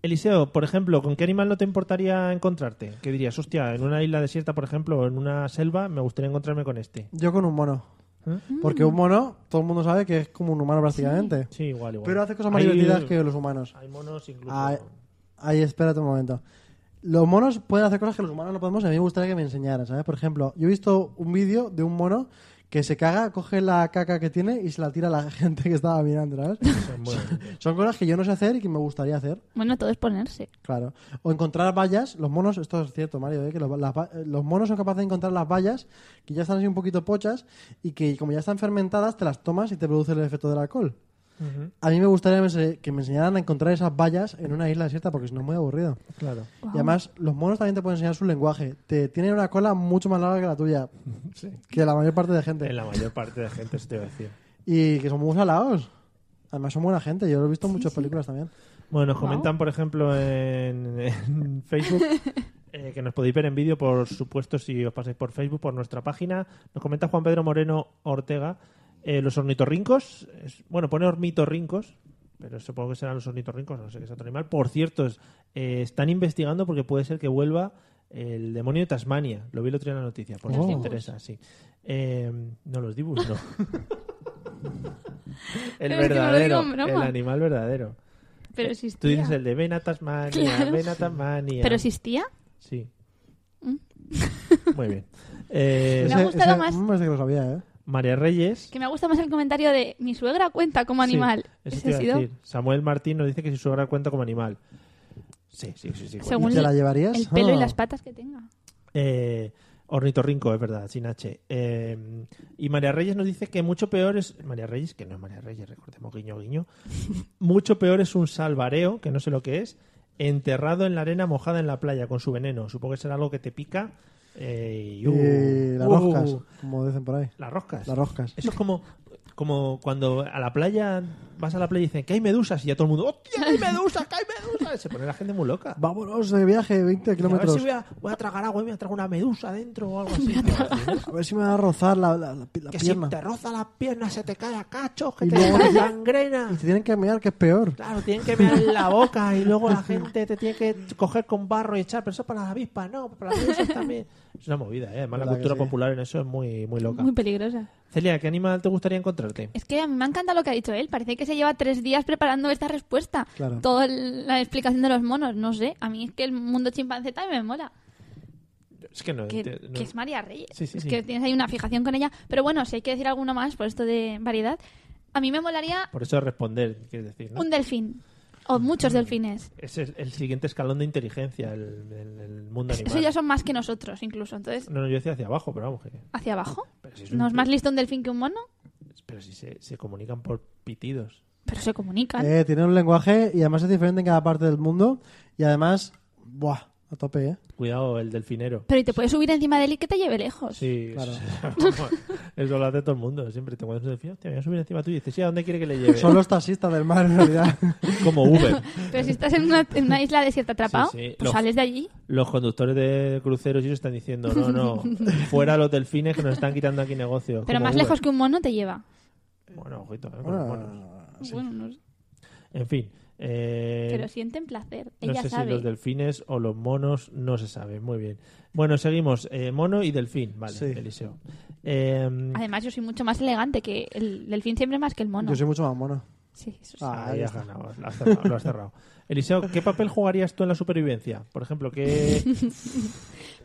Eliseo, por ejemplo, ¿con qué animal no te importaría encontrarte? ¿Qué dirías? Hostia, en una isla desierta, por ejemplo, o en una selva, me gustaría encontrarme con este. Yo con un mono. ¿Eh? Porque un mono, todo el mundo sabe que es como un humano prácticamente. Sí, igual, igual. Pero hace cosas más Hay- divertidas que los humanos. Hay monos incluso. Ay, ay, Ah, espérate un momento. Los monos pueden hacer cosas que los humanos no podemos. y A mí me gustaría que me enseñaran, ¿sabes? Por ejemplo, yo he visto un vídeo de un mono que se caga, coge la caca que tiene y se la tira a la <laughs> gente que estaba mirando, ¿sabes? Son muy bonitos. Son cosas que yo no sé hacer y que me gustaría hacer, Bueno, todo es ponerse. claro. O encontrar vallas. Los monos, esto es cierto, Mario, ¿eh? que los, las va- los monos son capaces de encontrar las vallas que ya están así un poquito pochas y que como ya están fermentadas te las tomas y te produce el efecto del alcohol. Ujú, A mí me gustaría que me- que me enseñaran a encontrar esas vallas en una isla desierta porque si no es muy aburrido. Claro. Guau. Y además, los monos también te pueden enseñar su lenguaje. Te tienen una cola mucho más larga que la <laughs> tuya, que la mayor parte de gente. En la mayor parte de gente, se te va a decir. Y que son muy salados. Además, son buena gente. Yo lo he visto en muchas películas también. Bueno, nos Wow. comentan, por ejemplo, en, <laughs> en Facebook eh, que nos podéis ver en vídeo, por supuesto, si os pasáis por Facebook, por nuestra página. Nos comenta Juan Pedro Moreno Ortega. eh, los ornitorrincos, es- bueno, pone ornitorrincos, pero supongo que serán los ornitorrincos, no sé qué es otro animal. Por cierto, es- eh, están investigando porque puede ser que vuelva el demonio de Tasmania. Lo vi el otro día en la noticia, por si os Oh. interesa, sí. Eh, no, los dibujos, no. <laughs> el Pero es que me lo digo verdadero, en el broma. animal verdadero. Pero Eh, Tú existía. dices el de ven a Tasmania, Claro. ven a Tasmania. ¿Pero existía? Sí. Mm. <laughs> Muy bien. Eh, Me ha gustado más. mm, ese que lo sabía, ¿eh? María Reyes. Que me gusta más el comentario de mi suegra cuenta como animal. Sí, eso Ese te iba ha a sido decir. Samuel Martín nos dice que si su obra cuenta como animal. Sí, sí, sí. sí cuenta. ¿Y Según ¿Te la el- llevarías? el pelo y oh. Ah. las patas que tenga. Eh, ornitorrinco, es verdad, sin H. Eh, y María Reyes nos dice que mucho peor es. María Reyes, que no es María Reyes, recordemos guiño, <laughs> guiño. mucho peor es un salvareo, que no sé lo que es, enterrado en la arena mojada en la playa con su veneno. Supongo que será algo que te pica. eh, y, uh, Y las uh, roscas, como dicen por ahí. Las roscas. Las roscas. Eso es como, como cuando a la playa vas a la playa y dicen que hay medusas y ya todo el mundo, ¡hostia, que hay medusas, que hay medusas! Se pone la gente muy loca. Vámonos de viaje, 20 Y A ver kilómetros. si voy a, voy a tragar agua y me voy a tragar una medusa dentro o algo <laughs> así. a... ver si me va a rozar la, la- la- la que pierna. si te roza las piernas se te cae a cachos, que Y te luego- da gangrena. Y te tienen que mear, que es peor. Claro, tienen que mear en la boca y luego la gente te tiene que coger con barro y echar, pero eso es para las avispas, no, para las medusas también. Es una movida, ¿eh? además la ¿Verdad que cultura sí? popular en eso es muy, muy loca. Muy peligrosa. Celia, ¿qué animal te gustaría encontrarte? Es que a mí me encanta lo que ha dicho él. Parece que se lleva tres días preparando esta respuesta. Claro. Toda el- la explicación de los monos, no sé. A mí es que el mundo chimpancé también me mola. Es que no, Que, ente- no- que es María Reyes. Sí, sí, es sí. que tienes ahí una fijación con ella. Pero bueno, si hay que decir alguno más por esto de variedad, a mí me molaría Por eso responder, quieres decir, ¿no? Mm. un delfín. O muchos delfines. Es el, el siguiente escalón de inteligencia, el, el- el mundo animal. Eso ya son más que nosotros, incluso. Entonces, No, no, yo decía hacia abajo, pero vamos, que... hacia abajo. Pero si, es un- ¿No es más listo un delfín que un mono? pero si se, se comunican por pitidos. Pero se comunican. Eh, tienen un lenguaje y además es diferente en cada parte del mundo. Y además, buah, a tope, ¿eh? Cuidado, el delfinero. Pero y te puedes subir encima de él y que te lleve lejos. Sí, Claro. <laughs> vamos, eso lo hace todo el mundo. Siempre te encuentras un delfín, te voy a subir encima tuyo y dices, sí, ¿a dónde quiere que le lleve? Son los taxistas del mar, <laughs> en realidad. Como Uber. Pero si estás en una, en una isla desierta atrapado, Sí, sí. pues Lo- sales de allí. <laughs> Los conductores de cruceros y ellos están diciendo, no, no, fuera los delfines que nos están quitando aquí negocios. Pero como más Uber. lejos que un mono te lleva. Bueno, ojito, ¿eh? con los monos. Bueno, Bueno, no Eh, sé. En fin. Eh... Pero sienten placer. No Ella sé sabe. si los delfines o los monos, no se sabe. Muy bien. Bueno, seguimos. Eh, mono y delfín, vale, Sí. Eliseo. Eh, Además, yo soy mucho más elegante que el delfín, siempre más que el mono. yo soy mucho más mono. Sí, eso sí. Ah, ahí ahí has está. ganado, lo has cerrado, lo has cerrado. <laughs> Eliseo, ¿qué papel jugarías tú en la supervivencia? Por ejemplo, <laughs> que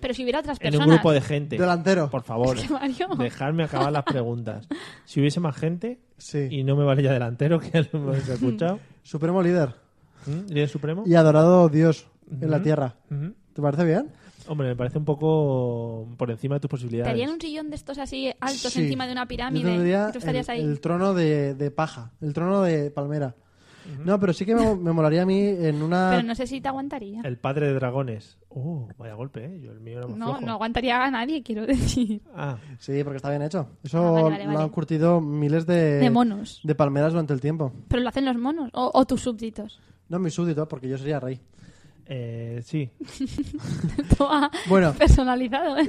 Pero si hubiera otras en un personas. <laughs> grupo de gente. Delantero. Por favor, Es que, Mario. dejarme acabar las <laughs> preguntas. Si hubiese más gente, Sí. y no me vale ya delantero, que ya lo hemos <laughs> escuchado. Supremo líder. ¿Mm? ¿Líder supremo? Y adorado Dios en la Ujú. tierra. Ujú. ¿Te parece bien? Hombre, me parece un poco por encima de tus Te posibilidades. harían un sillón de estos así altos Sí. Ah, encima de una Yo pirámide. tendría y tú estarías el, ahí. el trono de, de paja. El trono de palmera. No, pero sí que me, me molaría a mí en una... Pero no sé si te aguantaría. El padre de dragones. Uh, vaya golpe, ¿eh? Yo el mío era más No, flojo. no aguantaría a nadie, quiero decir. Ah, Sí, porque está bien hecho. Eso Ah, vale, vale, lo vale. han curtido miles Eh, de... De monos. De palmeras durante el tiempo. Pero lo hacen los monos. O, o tus súbditos. No mis súbditos, porque yo sería rey. eh, sí. <laughs> Toma, Bueno. Personalizado, ¿eh?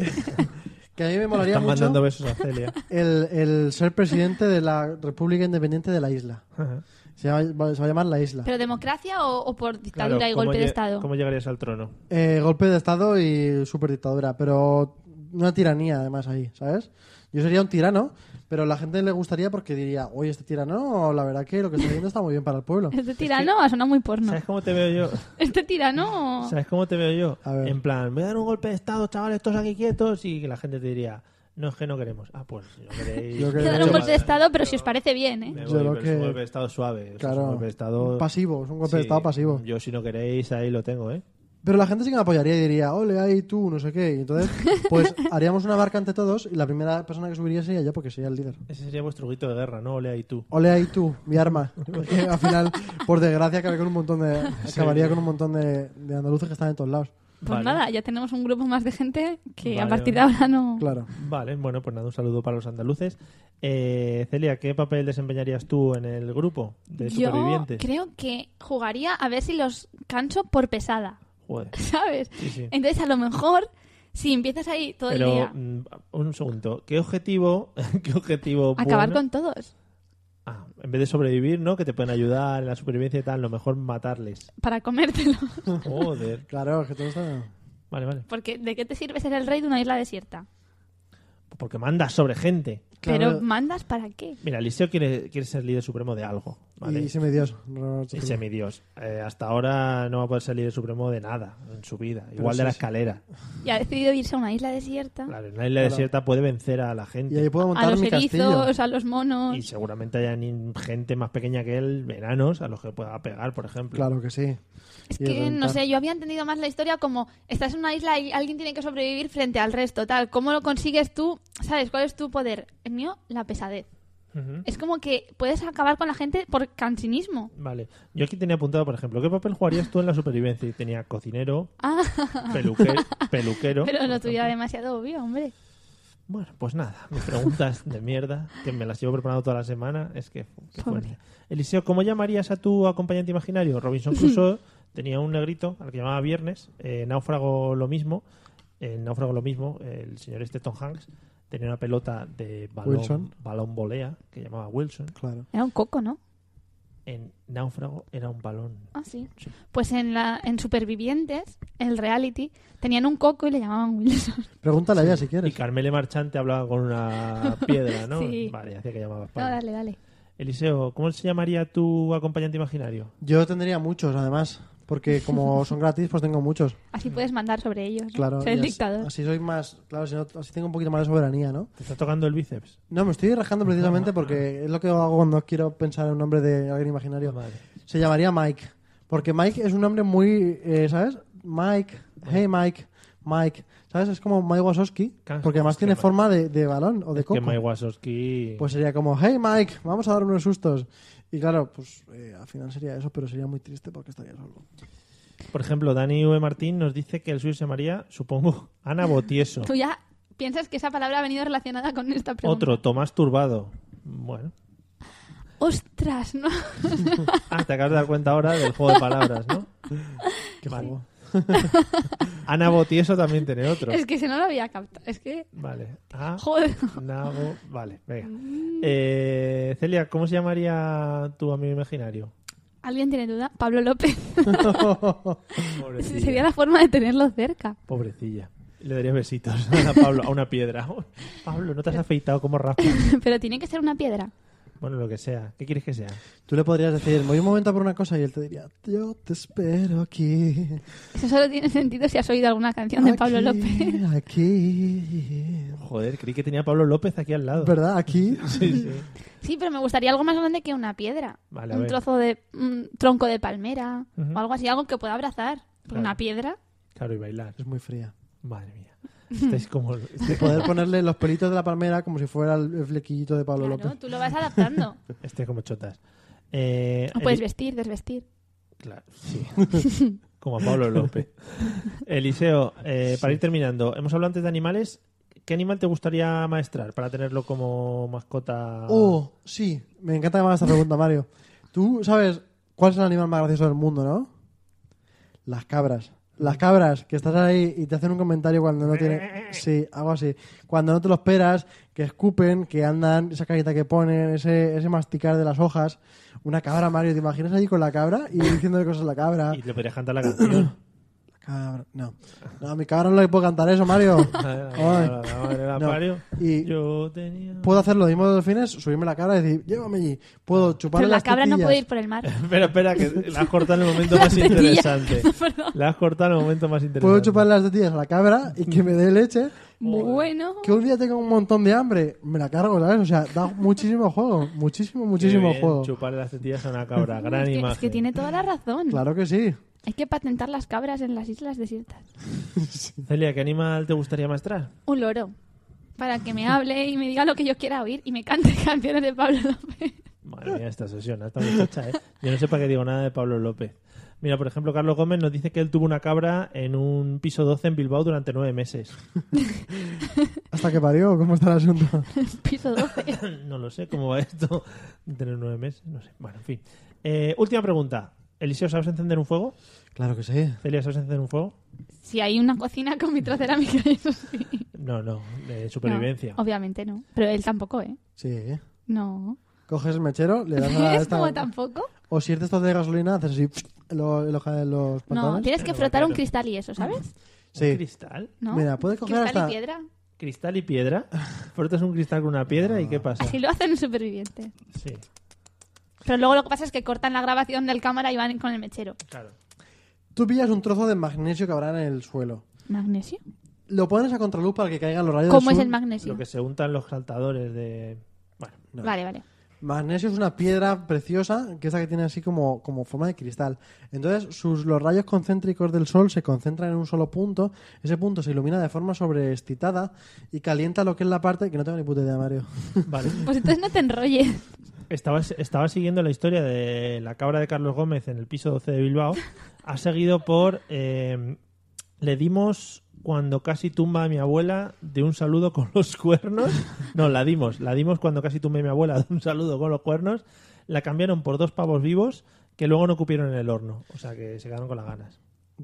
Que a mí me molaría Están mandando mucho besos a <laughs> Celia. el, el ser presidente de la República Independiente de la Isla. Ajá. Se, llama- se va a llamar la Isla. ¿Pero democracia o, o por dictadura Claro, y ¿cómo golpe de lle- Estado? ¿Cómo llegarías al trono? Eh, golpe de Estado y superdictadura, pero una tiranía además ahí, ¿sabes? Yo sería un tirano, pero la gente le gustaría porque diría, oye, este tirano, la verdad que lo que está haciendo está muy bien para el pueblo. <laughs> Este tirano ha sonado muy porno. ¿Sabes cómo te veo yo? Este tirano... ¿Sabes cómo te veo yo? A ver. En plan, me dan un golpe de estado, chavales, todos aquí quietos, y que la gente te diría, no es que no queremos. Ah, pues si no queréis. Yo creo Te que- dan Mucho un golpe de más. Estado, pero si os parece bien, ¿eh? Me Yo voy, creo pero es un que- golpe de estado suave. eso Es Claro, un golpe de estado. pasivo, es un golpe de Sí, Estado pasivo. Yo, si no queréis, ahí lo tengo, ¿eh? Pero la gente sí que me apoyaría y diría, ole, ahí tú, no sé qué. Y entonces, pues haríamos una barca ante todos y la primera persona que subiría sería yo porque sería el líder. Ese sería vuestro grito de guerra, ¿no? Olea y tú. Ole ahí tú, mi arma. Porque al final, por desgracia, acabé con un montón de, acabaría con un montón de, de andaluces que están en todos lados. Pues Vale. nada, ya tenemos un grupo más de gente que a Vale, partir de vale. ahora no... Claro. Vale, bueno, pues nada, un saludo para los andaluces. Eh, Celia, ¿qué papel desempeñarías tú en el grupo de Yo supervivientes? creo que jugaría a ver si los canso por pesada, <laughs> Joder. ¿sabes? Sí, sí. Entonces a lo mejor si empiezas ahí todo el Pero día mm, un segundo, ¿qué objetivo, <laughs> qué objetivo acabar bueno- con todos, Ah, en vez de sobrevivir, ¿no? Que te pueden ayudar en la supervivencia y tal, lo mejor <laughs> matarles. para comértelo, <laughs> Joder. Claro, es que todo está... Vale, vale. porque ¿de qué te sirve ser el rey de una isla desierta? Porque mandas sobre gente. Claro. Pero mandas para qué? Mira, Eliseo quiere, quiere ser líder supremo de algo, ¿vale? Y Y, semidios. No, sí. semidios. Eh, hasta ahora no va a poder ser líder supremo de nada en su vida. Igual de sí, Ah. la sí. escalera. Y ha decidido irse a una isla desierta, Claro, en una isla desierta puede vencer a la gente. Y ahí puedo a montar los mi erizos, castillo. a los monos. Y seguramente haya ni- gente más pequeña que él, veranos, a los que pueda pegar, por ejemplo. Claro que sí. Es Y que, no rentar. sé, yo había entendido más la historia como estás en una isla y alguien tiene que sobrevivir frente al resto, tal. ¿Cómo lo consigues tú? ¿Sabes cuál es tu poder? El mío, la pesadez. Ujú. Es como que puedes acabar con la gente por cansinismo. Vale. Yo aquí tenía apuntado, por ejemplo, ¿qué papel jugarías tú en la supervivencia? Y tenía cocinero, Ah, peluque- peluquero. pero por lo tuyo ejemplo. era demasiado obvio, hombre. Bueno, pues nada, mis preguntas de mierda, que me las llevo preparando toda la semana, es que fu- qué Pobre. fuerte. Eliseo, ¿cómo llamarías a tu acompañante imaginario? Robinson <laughs> Crusoe tenía un negrito al que llamaba Viernes, eh, Náufrago lo mismo, el Náufrago lo mismo, el señor este Tom Hanks tenía una pelota de balón, Wilson. balón volea que llamaba Wilson. Claro. Era un coco, ¿no? En Náufrago era un balón. Ah, sí. Sí. Pues en, la, en Supervivientes, el reality, tenían un coco y le llamaban Wilson. <laughs> Pregúntale a ella si Y quieres. Carmele Marchante hablaba con <laughs> una piedra, ¿no? Sí. Vale, hacía que llamaba No, dale, dale. Eliseo, ¿cómo se llamaría tu acompañante imaginario? Yo tendría muchos, además. Porque como son gratis, pues tengo muchos. Así Mm. puedes mandar sobre ellos. ¿no? Claro. Ser el y así- dictador. Así soy más... Claro, si no, así tengo un poquito más de soberanía, ¿no? Te está tocando el bíceps. No, me estoy rajando precisamente porque es lo que hago cuando quiero pensar en un nombre de alguien imaginario. Vale. Se llamaría Mike. Porque Mike es un nombre muy... eh, ¿Sabes? Mike. Hey, Mike. Mike. ¿Sabes? Es como Mike Wazowski. Claro, Porque además es que tiene Mike- forma de, de balón o de Que coco. Mike Wazowski. Pues sería como, hey Mike, vamos a dar unos sustos. Y claro, pues eh, al final sería eso, pero sería muy triste porque estaría solo. Por ejemplo, Dani V. Martín nos dice que el suyo se llamaría, supongo, <laughs> Ana Botieso. Tú ya piensas que esa palabra ha venido relacionada con esta Pues, pregunta. Otro, Tomás Turbado. Bueno. Ostras, no. Ah, te acabas de dar cuenta ahora del juego de palabras, ¿no? Qué Vale. juego. Ana Botieso también tiene otro. Es que si no lo había captado. Es que. Vale. Ah, Joder. Nabo. Vale, venga. Mm. Eh, Celia, ¿cómo se llamaría tu amigo imaginario? ¿Alguien tiene duda? Pablo López. <laughs> <laughs> Pobrecilla. Sería la forma de tenerlo cerca. <laughs> Pobrecilla. Le daría besitos a Pablo, a una piedra. <laughs> Pablo, no te has afeitado como Rafa. Pero tiene que ser una piedra. Bueno, lo que sea. ¿Qué quieres que sea? Tú le podrías decir, me voy un momento por una cosa y él te diría, yo te espero aquí. Eso solo tiene sentido si has oído alguna canción de Pablo aquí, López. <laughs> Aquí. Joder, creí que tenía a Pablo López aquí al lado. ¿Verdad? Aquí. Sí, sí. Sí, pero me gustaría algo más grande que una piedra. Vale, a un ver. trozo de. Un tronco de palmera. Ujú. O algo así, algo que pueda abrazar. Porque Claro. Una piedra. Claro, y bailar. Es muy fría. Madre <laughs> mía. Estáis como... De poder ponerle los pelitos de la palmera como si fuera el el flequillito de Pablo Claro, <laughs> López. tú lo vas adaptando. Estáis como chotas. Eh, O puedes Eli- vestir, desvestir. Claro, sí. <laughs> Como a Pablo López. Eliseo, eh, para ir terminando, hemos hablado antes de animales. ¿Qué animal te gustaría maestrar para tenerlo como mascota? Oh, sí. Me encanta que me hagas esta pregunta, Mario. Tú sabes cuál es el animal más gracioso del mundo, ¿no? Las cabras. Las cabras, que estás ahí y te hacen un comentario cuando no tiene... Sí, algo así. Cuando no te lo esperas, que escupen, que andan, esa carita que ponen, ese, ese masticar de las hojas. Una cabra, Mario, ¿te imaginas allí con la cabra y diciéndole cosas a la cabra? Y le podrías cantar la canción. La cabra, no. No, mi cabra no le puedo cantar eso, Mario. Ay. La madre la No. parió. Y- Yo tenía... Puedo hacer lo mismo de delfines, subirme la cabra y decir, llévame allí. Puedo chuparle Pero la las cabra no tetillas. puede ir por el <laughs> mar. Espera, espera, que la has cortado en el momento más interesante. La has cortado en el momento más interesante. Puedo chuparle las tetillas a la cabra y que me dé leche. Bueno. Que un día tenga un montón de hambre, me la cargo, ¿sabes? O sea, da muchísimo juego. Muchísimo, muchísimo Qué bien, juego. Chuparle las tetillas a una <laughs> cabra. No, Gran es, que, imagen. es que tiene toda la razón. Claro que sí. Hay que patentar las cabras en las islas desiertas. Celia, ¿qué animal te gustaría maestrar? Un loro. Para que me hable y me diga lo que yo quiera oír y me cante <laughs> canciones de Pablo López. Madre mía, esta sesión, esta muchacha, ¿eh? Yo no sé para qué digo nada de Pablo López. Mira, por ejemplo, Carlos Gómez nos dice que él tuvo una cabra en un piso 12 en Bilbao durante nueve meses. <laughs> Hasta que parió, ¿cómo está el asunto? Piso 12. no lo sé cómo va esto <laughs> de tener nueve meses, no sé. Bueno, en fin. Eh, última pregunta. Eliseo, ¿sabes encender un fuego? Claro que sí. Celia, ¿sabes encender un fuego? Si hay una cocina con vitrocerámica, eso sí. No, no, de No, supervivencia. obviamente no. Pero él tampoco, ¿eh? Sí. No. Coges el mechero, <laughs> le das a ¿Es esta... como tampoco? O si eres estos de gasolina, haces así... en los, en los- en los No, pantalones. tienes que Pero frotar un claro. cristal y eso, ¿sabes? ¿Un Sí. cristal? ¿No? Mira, puedes coger cristal hasta- y piedra. ¿Cristal y piedra? Frotas un cristal con una piedra y ¿qué pasa? Así lo hacen en Supervivientes. Sí, Pero luego lo que pasa es que cortan la grabación del cámara y van con el mechero. claro. Tú pillas un trozo de magnesio que habrá en el suelo. ¿Magnesio? Lo pones a contraluz para que caigan los rayos del ¿Cómo es sol. el magnesio? Lo que se untan los saltadores de... Bueno, No. Vale, vale. Magnesio es una piedra preciosa, que esta que tiene así como, como forma de cristal. Entonces, sus, los rayos concéntricos del sol se concentran en un solo punto. Ese punto se ilumina de forma sobreexcitada y calienta lo que es la parte que no tengo ni puta idea, Mario. <laughs> vale. Pues entonces no te enrolles. Estaba, estaba siguiendo la historia de la cabra de Carlos Gómez en el piso 12 de <laughs> Bilbao. Ha seguido por... eh, le dimos cuando casi tumba a mi abuela de un saludo con los cuernos. No, la dimos. La dimos cuando casi tumba a mi abuela de un saludo con los cuernos. La cambiaron por dos pavos vivos que luego no cupieron en el horno. O sea que se quedaron con las ganas.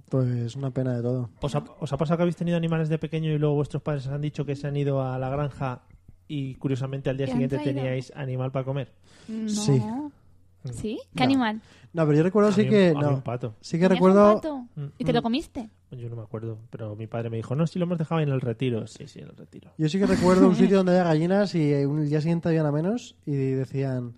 Pues una pena de todo. ¿Os ha, os ha pasado que habéis tenido animales de pequeño y luego vuestros padres os han dicho que se han ido a la granja y curiosamente al día ¿Qué han siguiente traído? teníais animal para comer? No. Sí. ¿Sí? ¿Qué No. animal? No, pero yo recuerdo sí Había un- que... había No, un pato. sí que ¿Tenías un recuerdo... pato? Mm, ¿Y te lo comiste? Yo no me acuerdo, pero mi padre me dijo, no, si lo hemos dejado en el retiro. Sí, sí, en el retiro. Yo sí que recuerdo <laughs> un sitio donde había gallinas y eh, un el día siguiente habían a menos y decían...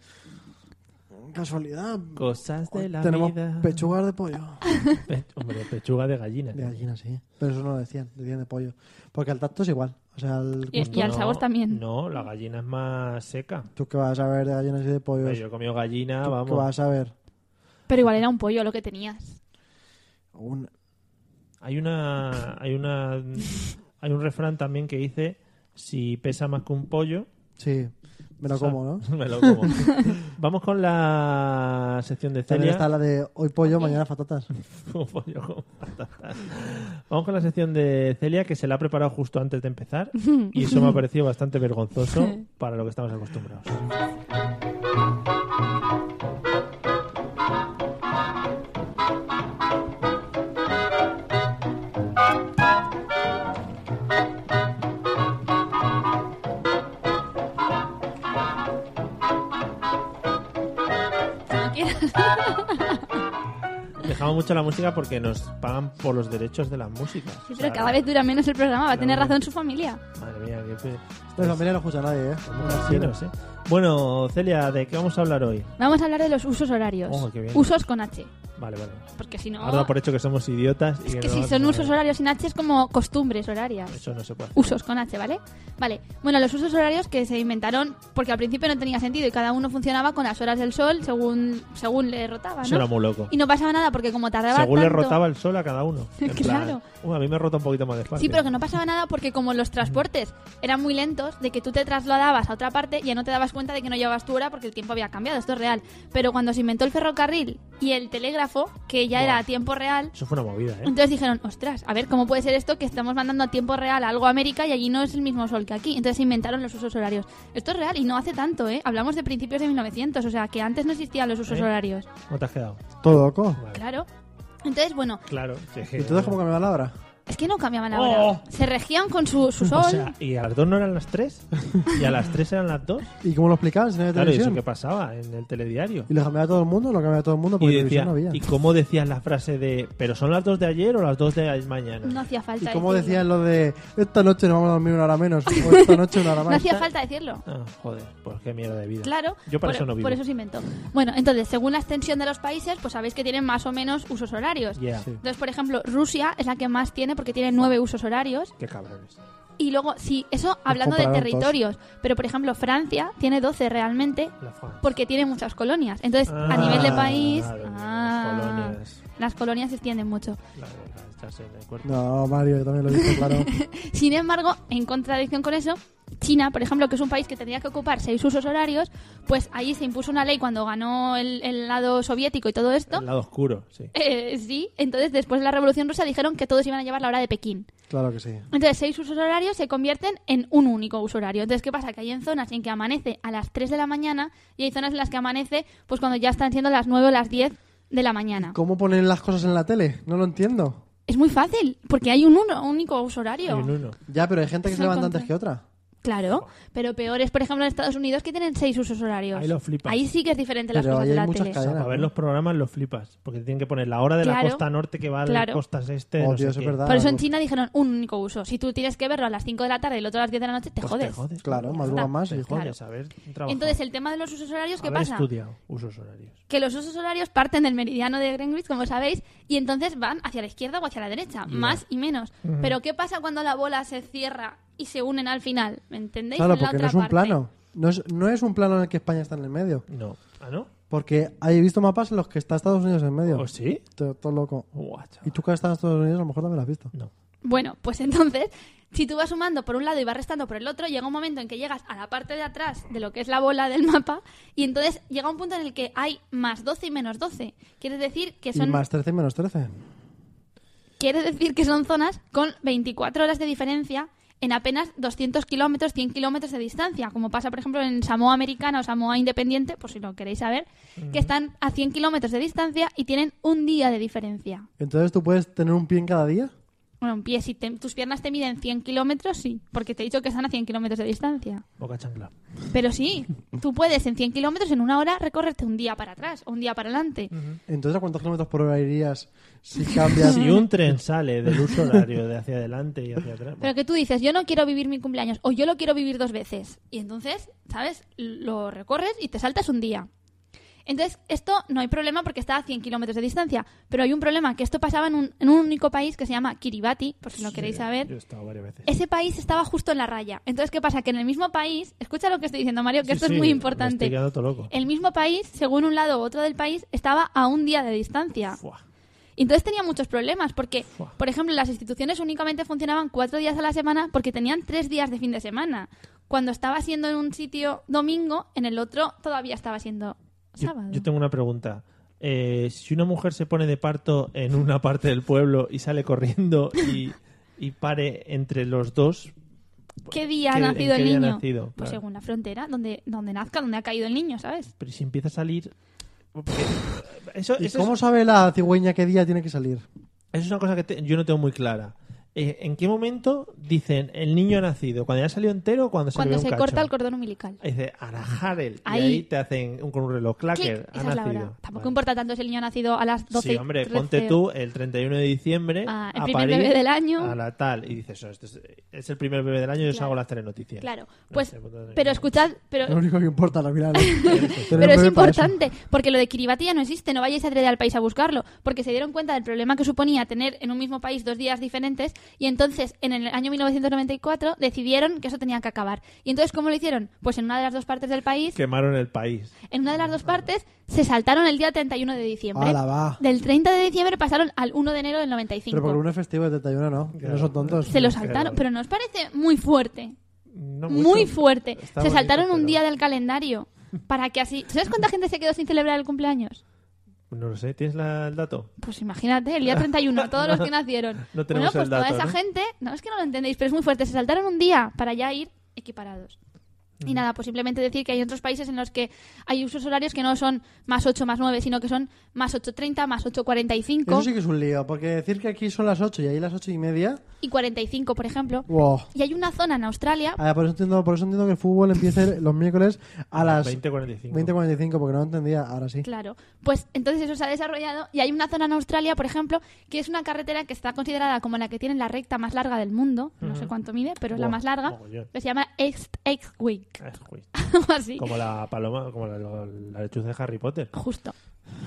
Casualidad, Cosas de la tenemos vida. pechugas de pollo. <laughs> Pe- hombre, pechuga de gallina. De gallina, sí. Pero eso no lo decían, decían de pollo. Porque al tacto es igual. O sea, el Y- gusto- y al Pues No, sabor también. No, la gallina es más seca. ¿Tú qué vas a ver de gallinas y de pollos? Yo he comido gallina, ¿Tú vamos. Pues, ¿Qué vas a ver? Pero igual era un pollo lo que tenías. Un- Hay una, hay una, hay un refrán también que dice, si pesa más que un pollo, Sí, me lo como, ¿no? <laughs> Me lo como. Vamos con la sección de Celia. También está la de hoy pollo, mañana patatas. <laughs> Un pollo con patatas. Vamos con la sección de Celia, que se la ha preparado justo antes de empezar. <laughs> Y eso me ha parecido bastante vergonzoso para lo que estamos acostumbrados. Como quieras. Dejamos mucho la música porque nos pagan por los derechos de las músicas. O sea, Pero cada vez dura menos el programa. Va a tener claro. razón su familia. Madre mía, qué pe- Pues familia no escucha nadie, ¿eh? Finos, ¿eh? Bueno, Celia, ¿de qué vamos a hablar hoy? Vamos a hablar de los usos horarios. Oh, qué bien. Usos con H. Vale, vale. Porque si no. Ahora da por hecho que somos idiotas. Y Es que no si vamos son a- usos horarios sin H es como costumbres horarias. Eso no se puede. hacer. Usos con H, ¿vale? Vale. Bueno, los usos horarios que se inventaron porque al principio no tenía sentido y cada uno funcionaba con las horas del sol según según le rotaba, Eso era ¿no? muy loco. Y no pasaba nada porque como tardaba Según le tanto- rotaba el sol a cada <laughs> uno. En Claro. plan, "Uh, a mí me rota un poquito más despacio. Sí, pero que no pasaba nada porque como Mm. los transportes eran muy lentos, de que tú te trasladabas a otra parte ya no te dabas cuenta de que no llevabas tu hora porque el tiempo había cambiado, esto es real. Pero cuando se inventó el ferrocarril y el telégrafo, que ya era Buah. a tiempo real, Eso fue una movida, ¿eh? entonces dijeron, ostras, a ver, ¿cómo puede ser esto que estamos mandando a tiempo real algo a América y allí no es el mismo sol que aquí? Entonces se inventaron los usos horarios. Esto es real y no hace tanto, ¿eh? Hablamos de principios de 1900, o sea, que antes no existían los usos ¿Eh? horarios. ¿Cómo te has quedado? Todo loco. Vale. Claro. Entonces, bueno, Claro. sí, es que- ¿Y tú cómo cambiar la hora? es que no cambiaban Oh. ahora. Se regían con su, su sol. <laughs> O sea, ¿y a las dos no eran las tres? ¿Y a las tres eran las dos? ¿Y cómo lo explicaban si no había Claro, ¿y eso televisión? qué pasaba en el telediario? ¿Y lo cambiaba todo el mundo? ¿Lo cambiaba todo el mundo? Porque Y, decía, televisión no había. ¿Y cómo decías la frase de, pero son las dos de ayer o las dos de mañana? No hacía ¿Y falta. cómo decirlo. decían lo de esta noche nos vamos a dormir una hora menos? ¿O esta noche una hora más? <laughs> No hacía falta decirlo. Ah, joder, pues qué mierda de vida. Claro, Yo para por, eso no vivo. por eso se inventó. Bueno, entonces, según la extensión de los países, pues sabéis que tienen más o menos usos horarios. Yeah. Sí. Entonces, por ejemplo, Rusia es la que más tiene porque tiene nueve usos horarios. Qué cabrones. Y luego, sí, eso Pues hablando de compararon todos. territorios. Pero, por ejemplo, Francia tiene 12 realmente La Francia. porque tiene muchas colonias. Entonces, a Ah, nivel de país, madre mía, ah, colonias. las colonias se extienden mucho. La verdad, estás en el cuerpo. No, Mario, yo también lo he visto, <laughs> claro. Sin embargo, en contradicción con eso, China, por ejemplo, que es un país que tenía que ocupar seis usos horarios, pues ahí se impuso una ley cuando ganó el, el lado soviético y todo esto. El lado oscuro, sí. Eh, sí, entonces después de la Revolución Rusa dijeron que todos iban a llevar la hora de Pekín. Claro que sí. Entonces, seis usos horarios se convierten en un único uso horario. Entonces, ¿qué pasa? Que hay en zonas en que amanece a las 3 de la mañana y hay zonas en las que amanece pues cuando ya están siendo las 9 o las 10 de la mañana. ¿Cómo ponen las cosas en la tele? No lo entiendo. Es muy fácil, porque hay un uno- único uso horario. Hay un uno. Ya, pero hay gente que Es se al levanta antes contrario. que otra. Claro, pero peor es, por ejemplo, en Estados Unidos que tienen seis usos horarios. Ahí lo flipas. Ahí sí que es diferente las Pero cosas ahí de hay la muchas tele. O sea, para ver los programas los flipas, porque te tienen que poner la hora de Claro. la costa norte que va a Claro. la costa este. no Oh, sé tío, eso es qué. verdad. Por eso en Pues- China dijeron un único uso. Si tú tienes que verlo a las 5 de la tarde y el otro a las 10 de la noche, te Pues jodes. Te jodes. Claro, madruga Está. más y Te joder. jodes, haber trabajado. Entonces, el tema de los usos horarios, ¿qué Haber pasa? estudiado usos horarios. Que los usos horarios parten del meridiano de Greenwich, como sabéis, y entonces van hacia la izquierda o hacia la derecha, más y menos. Pero ¿qué pasa cuando la bola se cierra y se unen al final? ¿Me entendéis? Claro, En la porque no otra es un parte. plano. No es, no es un plano en el que España está en el medio. No. ¿Ah, no? Porque he visto mapas en los que está Estados Unidos en el medio. ¿O sí? Todo, todo loco. Buah, chaval. Y tú que has estado en Estados Unidos, a lo mejor también lo has visto. No. Bueno, pues entonces, si tú vas sumando por un lado y vas restando por el otro, llega un momento en que llegas a la parte de atrás de lo que es la bola del mapa y entonces llega un punto en el que hay más 12 y menos 12. Quiere decir que Y son, más 13 y menos 13. quiere decir que son zonas con 24 horas de diferencia en apenas 200 kilómetros, 100 kilómetros de distancia, como pasa, por ejemplo, en Samoa Americana o Samoa Independiente, por si lo queréis saber, que están a 100 kilómetros de distancia y tienen un día de diferencia. Entonces tú puedes tener un pie en cada día. Bueno, un pie, si te- tus piernas te miden 100 kilómetros, sí, porque te he dicho que están a 100 kilómetros de distancia. Boca chancla. Pero sí, tú puedes en 100 kilómetros en una hora recorrerte un día para atrás o un día para adelante. Entonces, ¿a cuántos kilómetros por hora irías si cambias? Si un tren sale del uso horario de hacia adelante y hacia atrás. Pero que tú dices, yo no quiero vivir mi cumpleaños o yo lo quiero vivir dos veces. Y entonces, ¿sabes? Lo recorres y te saltas un día. Entonces, esto no hay problema porque está a 100 kilómetros de distancia. Pero hay un problema, que esto pasaba en un, en un único país que se llama Kiribati, por si lo queréis saber. Yo he estado varias veces. ese país estaba justo en la raya. Entonces, ¿qué pasa? Que en el mismo país, escucha lo que estoy diciendo, Mario, que Sí, esto sí, es muy Me estoy importante. quedando todo loco. El mismo país, según un lado u otro del país, estaba a un día de distancia. Fuah. Y entonces tenía muchos problemas, porque, Fua. por ejemplo, las instituciones únicamente funcionaban cuatro días a la semana porque tenían tres días de fin de semana. Cuando estaba siendo en un sitio domingo, en el otro todavía estaba siendo Yo- sábado. Yo, tengo una pregunta. Eh, si una mujer se pone de parto en una parte del pueblo y sale corriendo y, y pare entre los dos, ¿Qué día ¿qué- ha en nacido qué el día ha niño? nacido? Pues Claro. según la frontera, donde, donde nazca, donde ha caído el niño, ¿sabes? pero si empieza a salir... porque- Eso, ¿Y eso cómo es, sabe la cigüeña qué día tiene que salir? eso es una cosa que te- yo no tengo muy clara. eh, ¿en qué momento dicen el niño ha nacido? ¿Cuando ya salió entero o cuando se Cuando le ve se un cacho? corta el cordón umbilical. Ahí Dice, Arajarel. Y Ahí. ahí te hacen un- con un reloj clacker. Clic, Ah, Ha esa es la nacido. hora. Tampoco Vale. importa tanto si el niño ha nacido a las 12 Sí, hombre, y 13 ponte tú el 31 de diciembre Ah, el a primer París, bebé del año. A la tal. Y dices, "Este es, es el primer bebé del año, yo Claro. salgo a las telenoticias. Claro, pues, Este punto de- pero escuchad, pero, Lo único que importa al <laughs> final. es tener pero es bebé para eso. importante, porque lo de Kiribati ya no existe, no vayáis a al país a buscarlo, porque se dieron cuenta del problema que suponía tener en un mismo país dos días diferentes, y entonces en el año 1994 decidieron que eso tenía que acabar. ¿Y entonces cómo lo hicieron? Pues en una de las dos partes del país, Quemaron el país. en una de las dos partes, se saltaron el día 31 de diciembre. Ala, va. Del 30 de diciembre pasaron al 1 de enero del Pero porque 95. uno es festivo de 31, ¿no? Que Claro. no son tontos. Se lo saltaron, pero nos parece muy fuerte. No mucho. Muy fuerte. Está se bonito, saltaron un pero- día del calendario para que así... ¿Sabes cuánta gente se quedó sin celebrar el cumpleaños? No lo sé, ¿tienes la- el dato? Pues imagínate, el día 31, todos los <laughs> que nacieron. No tenemos bueno, pues el toda dato, esa ¿no? gente, no es que no lo entendéis, pero es muy fuerte, se saltaron un día para ya ir equiparados. Mm. Y nada, pues simplemente decir que hay otros países en los que hay usos horarios que no son más 8 más 9, sino que son más 8.30, más 8.45 Eso sí que es un lío, porque decir que aquí son las 8 y ahí las 8 y media. y 45, por ejemplo. ¡Wow! Y hay una zona en Australia Ah, por, eso entiendo, por eso entiendo que el <laughs> fútbol empiece los miércoles a las 20.45. 20.45, porque no lo entendía. Ahora sí. Claro, pues entonces eso se ha desarrollado y hay una zona en Australia, por ejemplo, que es una carretera que está considerada como la que tiene la recta más larga del mundo, no sé cuánto mide, pero es la Buah, más larga, mogollón. que se llama East Exwick, <laughs> Ah, uy. o así, Como la paloma, como la, la lechuza de Harry Potter. justo. <laughs>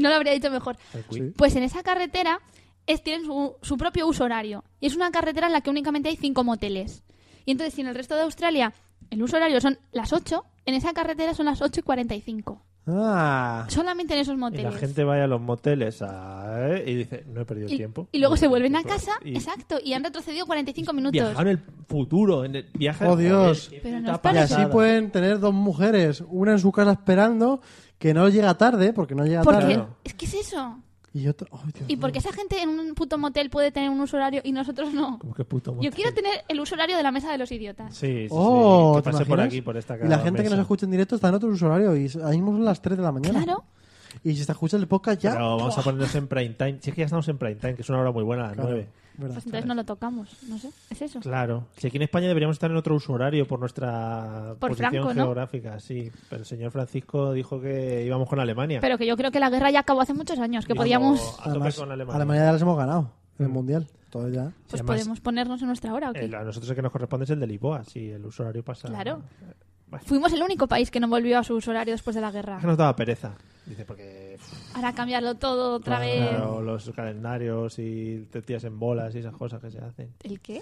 no lo habría dicho mejor. El quick. Pues en esa carretera es, tienen su, su propio uso horario. Y es una carretera en la que únicamente hay cinco moteles. Y entonces, si en el resto de Australia el uso horario son las 8, en esa carretera son las 8 y 45. Ah, Solamente en esos Y moteles. la gente vaya a los moteles a- ¿eh? y dice, no he perdido Y, tiempo. y luego No he se perdido vuelven a tiempo. casa, Y exacto, y han retrocedido 45 minutos. Viajar en el futuro, en el viaje Oh, Dios. Joder, qué Pero no puta os y parece- así pasada. pueden tener dos mujeres, una en su casa esperando, que no llega tarde, porque no llega Porque tarde. Claro. es que es eso. Y otra. ay, Dios Y mío. porque esa gente en un puto motel puede tener un uso horario y nosotros no. Como que puto Yo motel. quiero tener el uso horario de la mesa de los idiotas. Sí, sí, Oh, sí. Que ¿te pase por imaginas? aquí, por esta Y la gente que nos mesa. escucha en directo está en otro usuario y ahí mismo son las 3 de la mañana. Claro. Pues Y si te escuchas el podcast ya. Pero vamos a ponernos en prime time. Si es que ya estamos en prime time, que es una hora muy buena, a las Claro, 9. verdad. Pues entonces no lo tocamos. No sé. Es eso. Claro. Si aquí en España deberíamos estar en otro uso horario por nuestra Por posición Franco, ¿no? geográfica, sí. Pero el señor Francisco dijo que íbamos con Alemania. Pero que yo creo que la guerra ya acabó hace muchos años, que Íbamos podíamos. a tope Además, con Alemania. Alemania ya las hemos ganado en el mundial. Todo ya. Pues además- podemos ponernos en nuestra hora. ¿o qué? El- a nosotros el que nos corresponde es el de Lisboa, si el uso horario pasa. Claro. Bueno, Fuimos el único país que no volvió a su uso horario después de la es que guerra. nos daba pereza. Dice, porque. Ahora cambiarlo todo otra vez. Claro, los calendarios y te tías en bolas y esas cosas que se hacen. ¿El qué?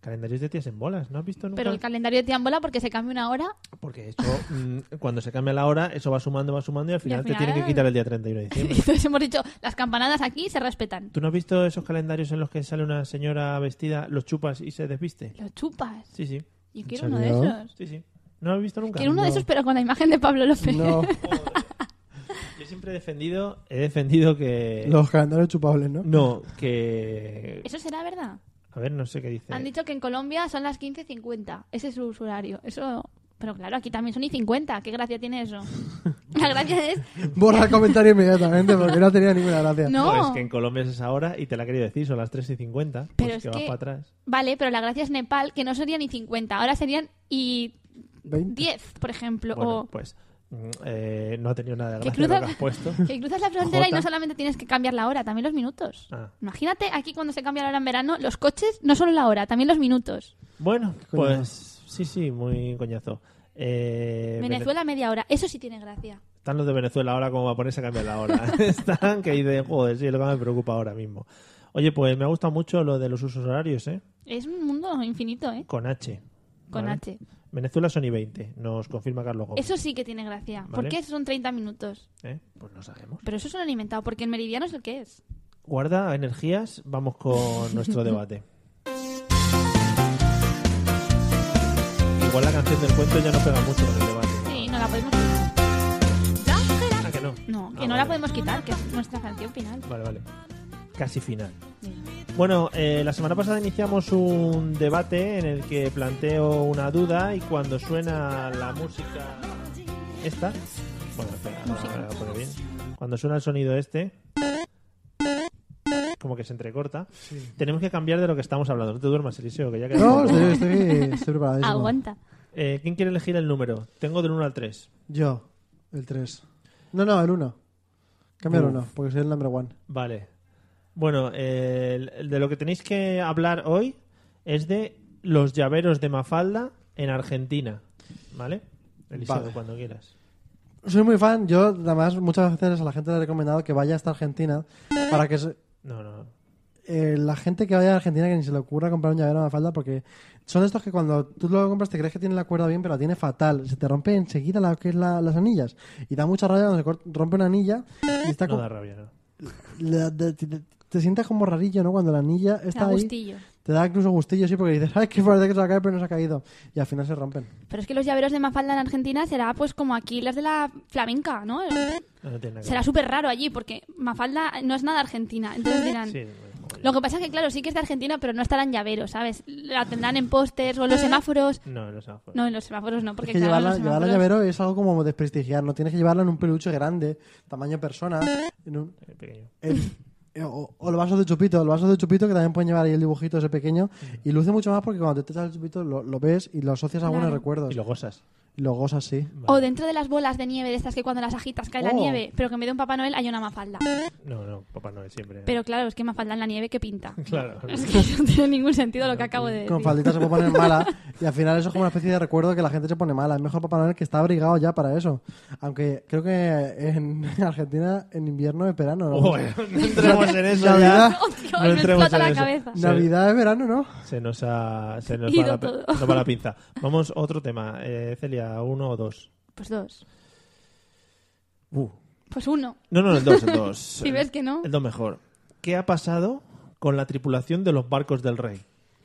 Calendarios de tías en bolas, ¿no has visto nunca? Pero el calendario de Tiambola porque se cambia una hora. Porque eso, mm, cuando se cambia la hora, eso va sumando, va sumando y al final, final- te tienen que quitar el día 31 de diciembre. <laughs> Entonces hemos dicho, las campanadas aquí se respetan. ¿Tú no has visto esos calendarios en los que sale una señora vestida, los chupas y se desviste? Los chupas. Sí, sí. Yo quiero uno de serio? esos. Sí, sí. ¿No lo has visto nunca? Quiero uno de esos, pero con la imagen de Pablo López. No, Yo siempre he defendido, he defendido que... los calendarios chupables, ¿no? No, que... <laughs> ¿Eso será verdad? A ver, no sé qué dice. Han dicho que en Colombia son las 15.50. Ese es su usuario. Eso... Pero claro, aquí también son y 50. ¿Qué gracia <laughs> tiene eso? La gracia es... Borra el comentario inmediatamente porque no tenía ninguna gracia. Pues No. que en Colombia es esa hora y te la he querido decir, son las 3 y 50. Pues Pero que es vas que- para atrás. Vale, pero la gracia es Nepal, que no serían ni 50. Ahora serían y 20. 10, por ejemplo. Bueno, o... pues mm, eh, no ha tenido nada de Que gracia lo que cruzas- has puesto. <laughs> <laughs> Que cruzas la frontera y Jota. no solamente tienes que cambiar la hora, también los minutos. Ah. Imagínate aquí cuando se cambia la hora en verano, los coches, no solo la hora, también los minutos. Bueno, coñazo. pues sí, sí, muy coñazo. Eh, Venezuela media hora, eso sí tiene gracia. Vene- Están los de Venezuela ahora como va a ponerse a cambiar la <laughs> hora. Están que dicen, joder, sí, es lo que me preocupa ahora mismo. Oye, pues me ha gustado mucho lo de los usos horarios, ¿eh? Es un mundo infinito, ¿eh? Con H. Con ¿vale? H. Venezuela son y 20, nos confirma Carlos Gómez. Eso sí que tiene gracia. Vale. ¿Por qué son 30 minutos? ¿eh? Pues no sabemos. Pero eso se lo han inventado, porque el meridiano es lo que es. Guarda energías, vamos con nuestro debate. Igual la canción del cuento ya no pega mucho con el debate. Sí, no la podemos quitar. Ah, que no. No, Ah, que no vale. la podemos quitar, que es nuestra canción final. Vale, vale. Casi final. Bueno, eh, la semana pasada iniciamos un debate en el que planteo una duda y cuando suena la música esta, bueno, espera, ahora Música. la voy a poner bien. Cuando suena el sonido este, como que se entrecorta. Tenemos que cambiar de lo que estamos hablando. No te duermas, Eliseo, que ya queda No, poco. estoy, estoy, estoy preparadísimo. Aguanta. Eh, ¿Quién quiere elegir el número? Tengo del 1 al 3. Yo, el 3. No, no, el 1. Cambia el Uf. 1, porque soy el number one. Vale. Bueno, eh, el- el de lo que tenéis que hablar hoy es de los llaveros de Mafalda en Argentina. ¿Vale? Eliseo, Vale. cuando quieras. Soy muy fan, yo además muchas veces a la gente le he recomendado que vaya hasta Argentina para que se- No, no. eh, la gente que vaya a Argentina que ni se le ocurra comprar un llavero a Mafalda porque son estos que cuando tú lo compras te crees que tiene la cuerda bien pero la tiene fatal, se te rompe enseguida lo que es la- las anillas y da mucha rabia cuando se cor- rompe una anilla y está No co- da rabia, no. la- de- te, te- te sientes como rarillo, ¿no? Cuando la anilla está Da ahí, gustillo. te da incluso gustillo, sí, porque dices, ay, que parece que se va a caer pero no se ha caído y al final se rompen. Pero es que los llaveros de Mafalda en Argentina será pues como aquí las de la flamenca, ¿no? No, no tiene nada que Será súper raro allí porque Mafalda no es nada argentina. Entonces dirán... ver. Sí, bueno, joder. Lo que pasa es que, claro, sí que es de Argentina, pero no estarán llaveros, ¿sabes? La tendrán en pósters <laughs> o en los semáforos. No, no se va a joder. No, en los semáforos no, <laughs> porque es que claro, llevarla, los llevarla semáforos- llavero es algo como desprestigiar, no tienes que llevarla en un peluche grande, tamaño persona, en un- Eh, pequeño. en- eh, o, o los vasos de chupito, los vasos de chupito que también pueden llevar ahí el dibujito ese pequeño Mm. y luce mucho más porque cuando te echas el chupito lo, lo ves y lo asocias a buenos Claro. recuerdos. Y lo gozas. Lo gozas, sí. O dentro de las bolas de nieve de estas que cuando las agitas cae la Oh. nieve, pero que en vez de un Papá Noel hay una Mafalda. No, no, Papá Noel siempre. Pero claro, es que Mafalda en la nieve, ¿qué pinta? Claro. <laughs> <laughs> Es que no tiene ningún sentido lo que acabo de decir. Con falditas se puede <laughs> poner mala y al final eso es como una especie de recuerdo que la gente se pone mala. Es mejor Papá Noel que está abrigado ya para eso. Aunque creo que en <laughs> Argentina en invierno es verano. ¿no? Oh, eh, <laughs> no entremos en eso ya. Navidad, Oh, Dios, No me entremos explota en la eso. cabeza. Sí. Navidad es verano, ¿no? Se nos ha. Se nos Ido va, la, pe- todo. nos va la <laughs> pinza. Vamos, otro tema. Eh, Celia, ¿uno o dos? Pues dos. Uh. Pues uno. No, no, el dos, el dos. <laughs> Si ves que no. El dos mejor. ¿Qué ha pasado con la tripulación de los barcos del rey?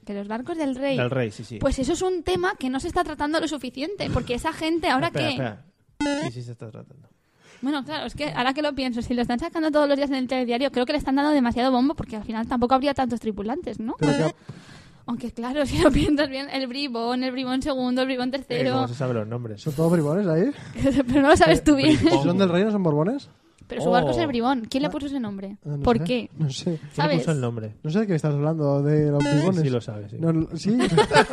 Que los barcos del rey. Del rey, sí, sí. Pues eso es un tema que no se está tratando lo suficiente, porque esa gente ahora espera, que... espera. Sí, sí, se está <laughs> tratando. Eh, Bueno, claro, es que ahora que lo pienso, si lo están sacando todos los días en el telediario, creo que le están dando demasiado bombo porque al final tampoco habría tantos tripulantes, ¿no? Pero que- Aunque claro, <laughs> si lo piensas bien, el bribón, el bribón segundo, el bribón Eh, tercero, ¿Cómo se saben los nombres? son todos bribones ahí. <laughs> pero no lo sabes tú bien. Eh, Bribón. ¿Son del rey no son borbones? <laughs> Pero su barco es Oh. el bribón. ¿Quién le puso ese nombre? Ah, no ¿Por sé. qué? No sé. ¿Quién le ¿Sabes? puso el nombre? No sé de qué estás hablando, de los bribones. sí lo sabes, sí. No, lo- sí.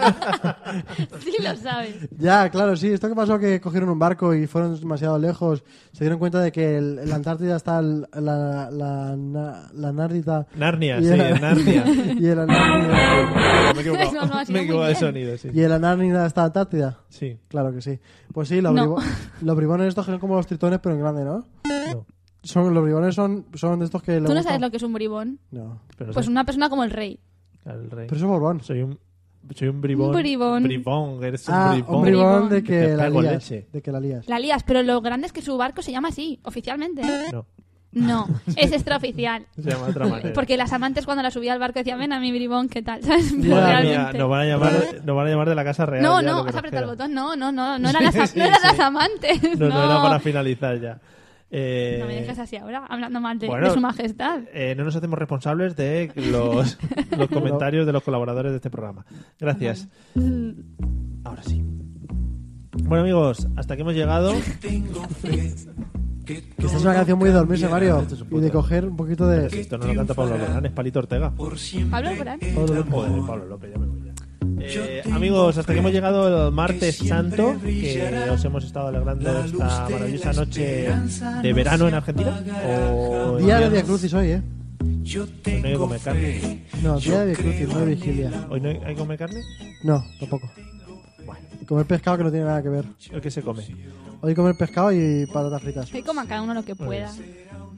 <laughs> <laughs> Sí lo sabes. ya, claro, sí. Esto que pasó que cogieron un barco y fueron demasiado lejos, se dieron cuenta de que el, la Antártida está el- la, la, la, la Nárdita. Narnia, Y sí, el- Narnia. <laughs> Y el Anárnida, Me he equivocado. <laughs> No, no, ha sido Me he muy equivocado de bien. sonido, sí. y el Anárnida está Antártida. Sí, Claro que sí. Pues sí, los, No. bribo- los bribones estos que son como los tritones, pero en grande, ¿no? no. Son, los bribones son, son de estos que le ¿Tú no gusta- sabes lo que es un bribón? No. Pero Pues soy- una persona como el rey. claro, el rey. Pero eso es borbón. Soy un, soy un bribón. Un bribón. Bribón, eres un ah, bribón. un bribón de Bribón. que, Te la pego lías. leche. De que la lías. La lías, pero lo grande es que su barco se llama así, oficialmente. ¿eh? No, <laughs> No, es extraoficial. se llama de <laughs> otra manera. Porque las amantes cuando la subía al barco decían, ven a mi bribón, ¿qué tal? <laughs> ¿Sabes? Pero Madre mía, realmente- nos van, a <laughs> llamar, nos van a llamar de la casa real. no, ya, no, lo que has nos apretado el queda. botón. No, no, <laughs> no, no eran las, sí, no eran sí. las amantes. No, No, no, era para finalizar ya. Eh, No me dejes así ahora, hablando mal de, bueno, de su majestad. eh, no nos hacemos responsables de <laughs> los, los comentarios de los colaboradores de este programa. Gracias. Ahora sí. Bueno, amigos, hasta aquí hemos llegado. <laughs> Que Esta es una canción muy de dormirse, Mario. Este es un Y puto. de coger un poquito de. Esto no lo canta Pablo Alborán, es Palito Ortega. Pablo Alborán. Joder, Pablo López, ya me voy ya. Eh, amigos, hasta que hemos llegado el martes santo, que os hemos estado alegrando esta maravillosa noche de verano en Argentina. O Día de viernes. Via Crucis hoy, ¿eh? Hoy no hay que comer carne. No, día de Via Crucis, no de vigilia. Hoy no hay hay que comer carne. No, tampoco. Comer pescado que no tiene nada que ver. ¿Hoy ¿Qué se come? Hoy comer pescado y patatas fritas. Que coma cada uno lo que pueda.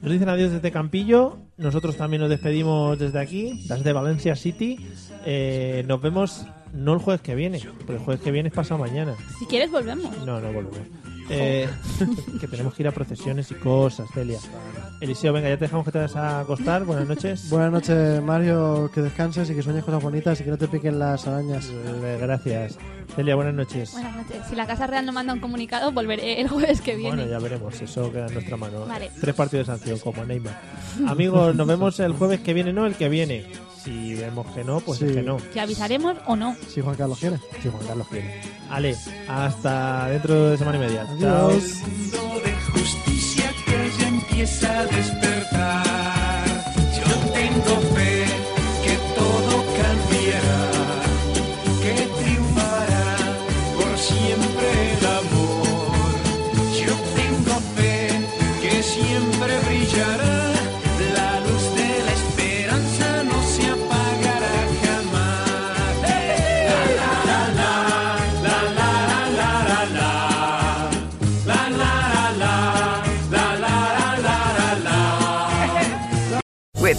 Nos dicen adiós desde Campillo. Nosotros también nos despedimos desde aquí, desde Valencia City. Eh, nos vemos no el jueves que viene, porque el jueves que viene es pasado mañana. Si quieres, volvemos. No, no volvemos. Eh, <laughs> que tenemos que ir a procesiones y cosas, Celia. Eliseo, venga, ya te dejamos que te vas a acostar. Buenas noches. Buenas noches, Mario. Que descanses y que sueñes cosas bonitas y que no te piquen las arañas. Eh, Gracias. Celia, buenas noches. Buenas noches. Si la Casa Real no manda un comunicado, volveré el jueves que viene. Bueno, ya veremos, eso queda en nuestra mano. Vale. Tres partidos de sanción, como Neymar. Amigos, nos vemos el jueves que viene, no el que viene. Si vemos que no, pues Sí. es que no. ¿Que avisaremos o no? Si Juan Carlos quiere. Si Juan Carlos quiere. Ale, hasta dentro de semana y media. Chao. Adiós. mundo de justicia que ya empieza a despertar. Yo tengo fe.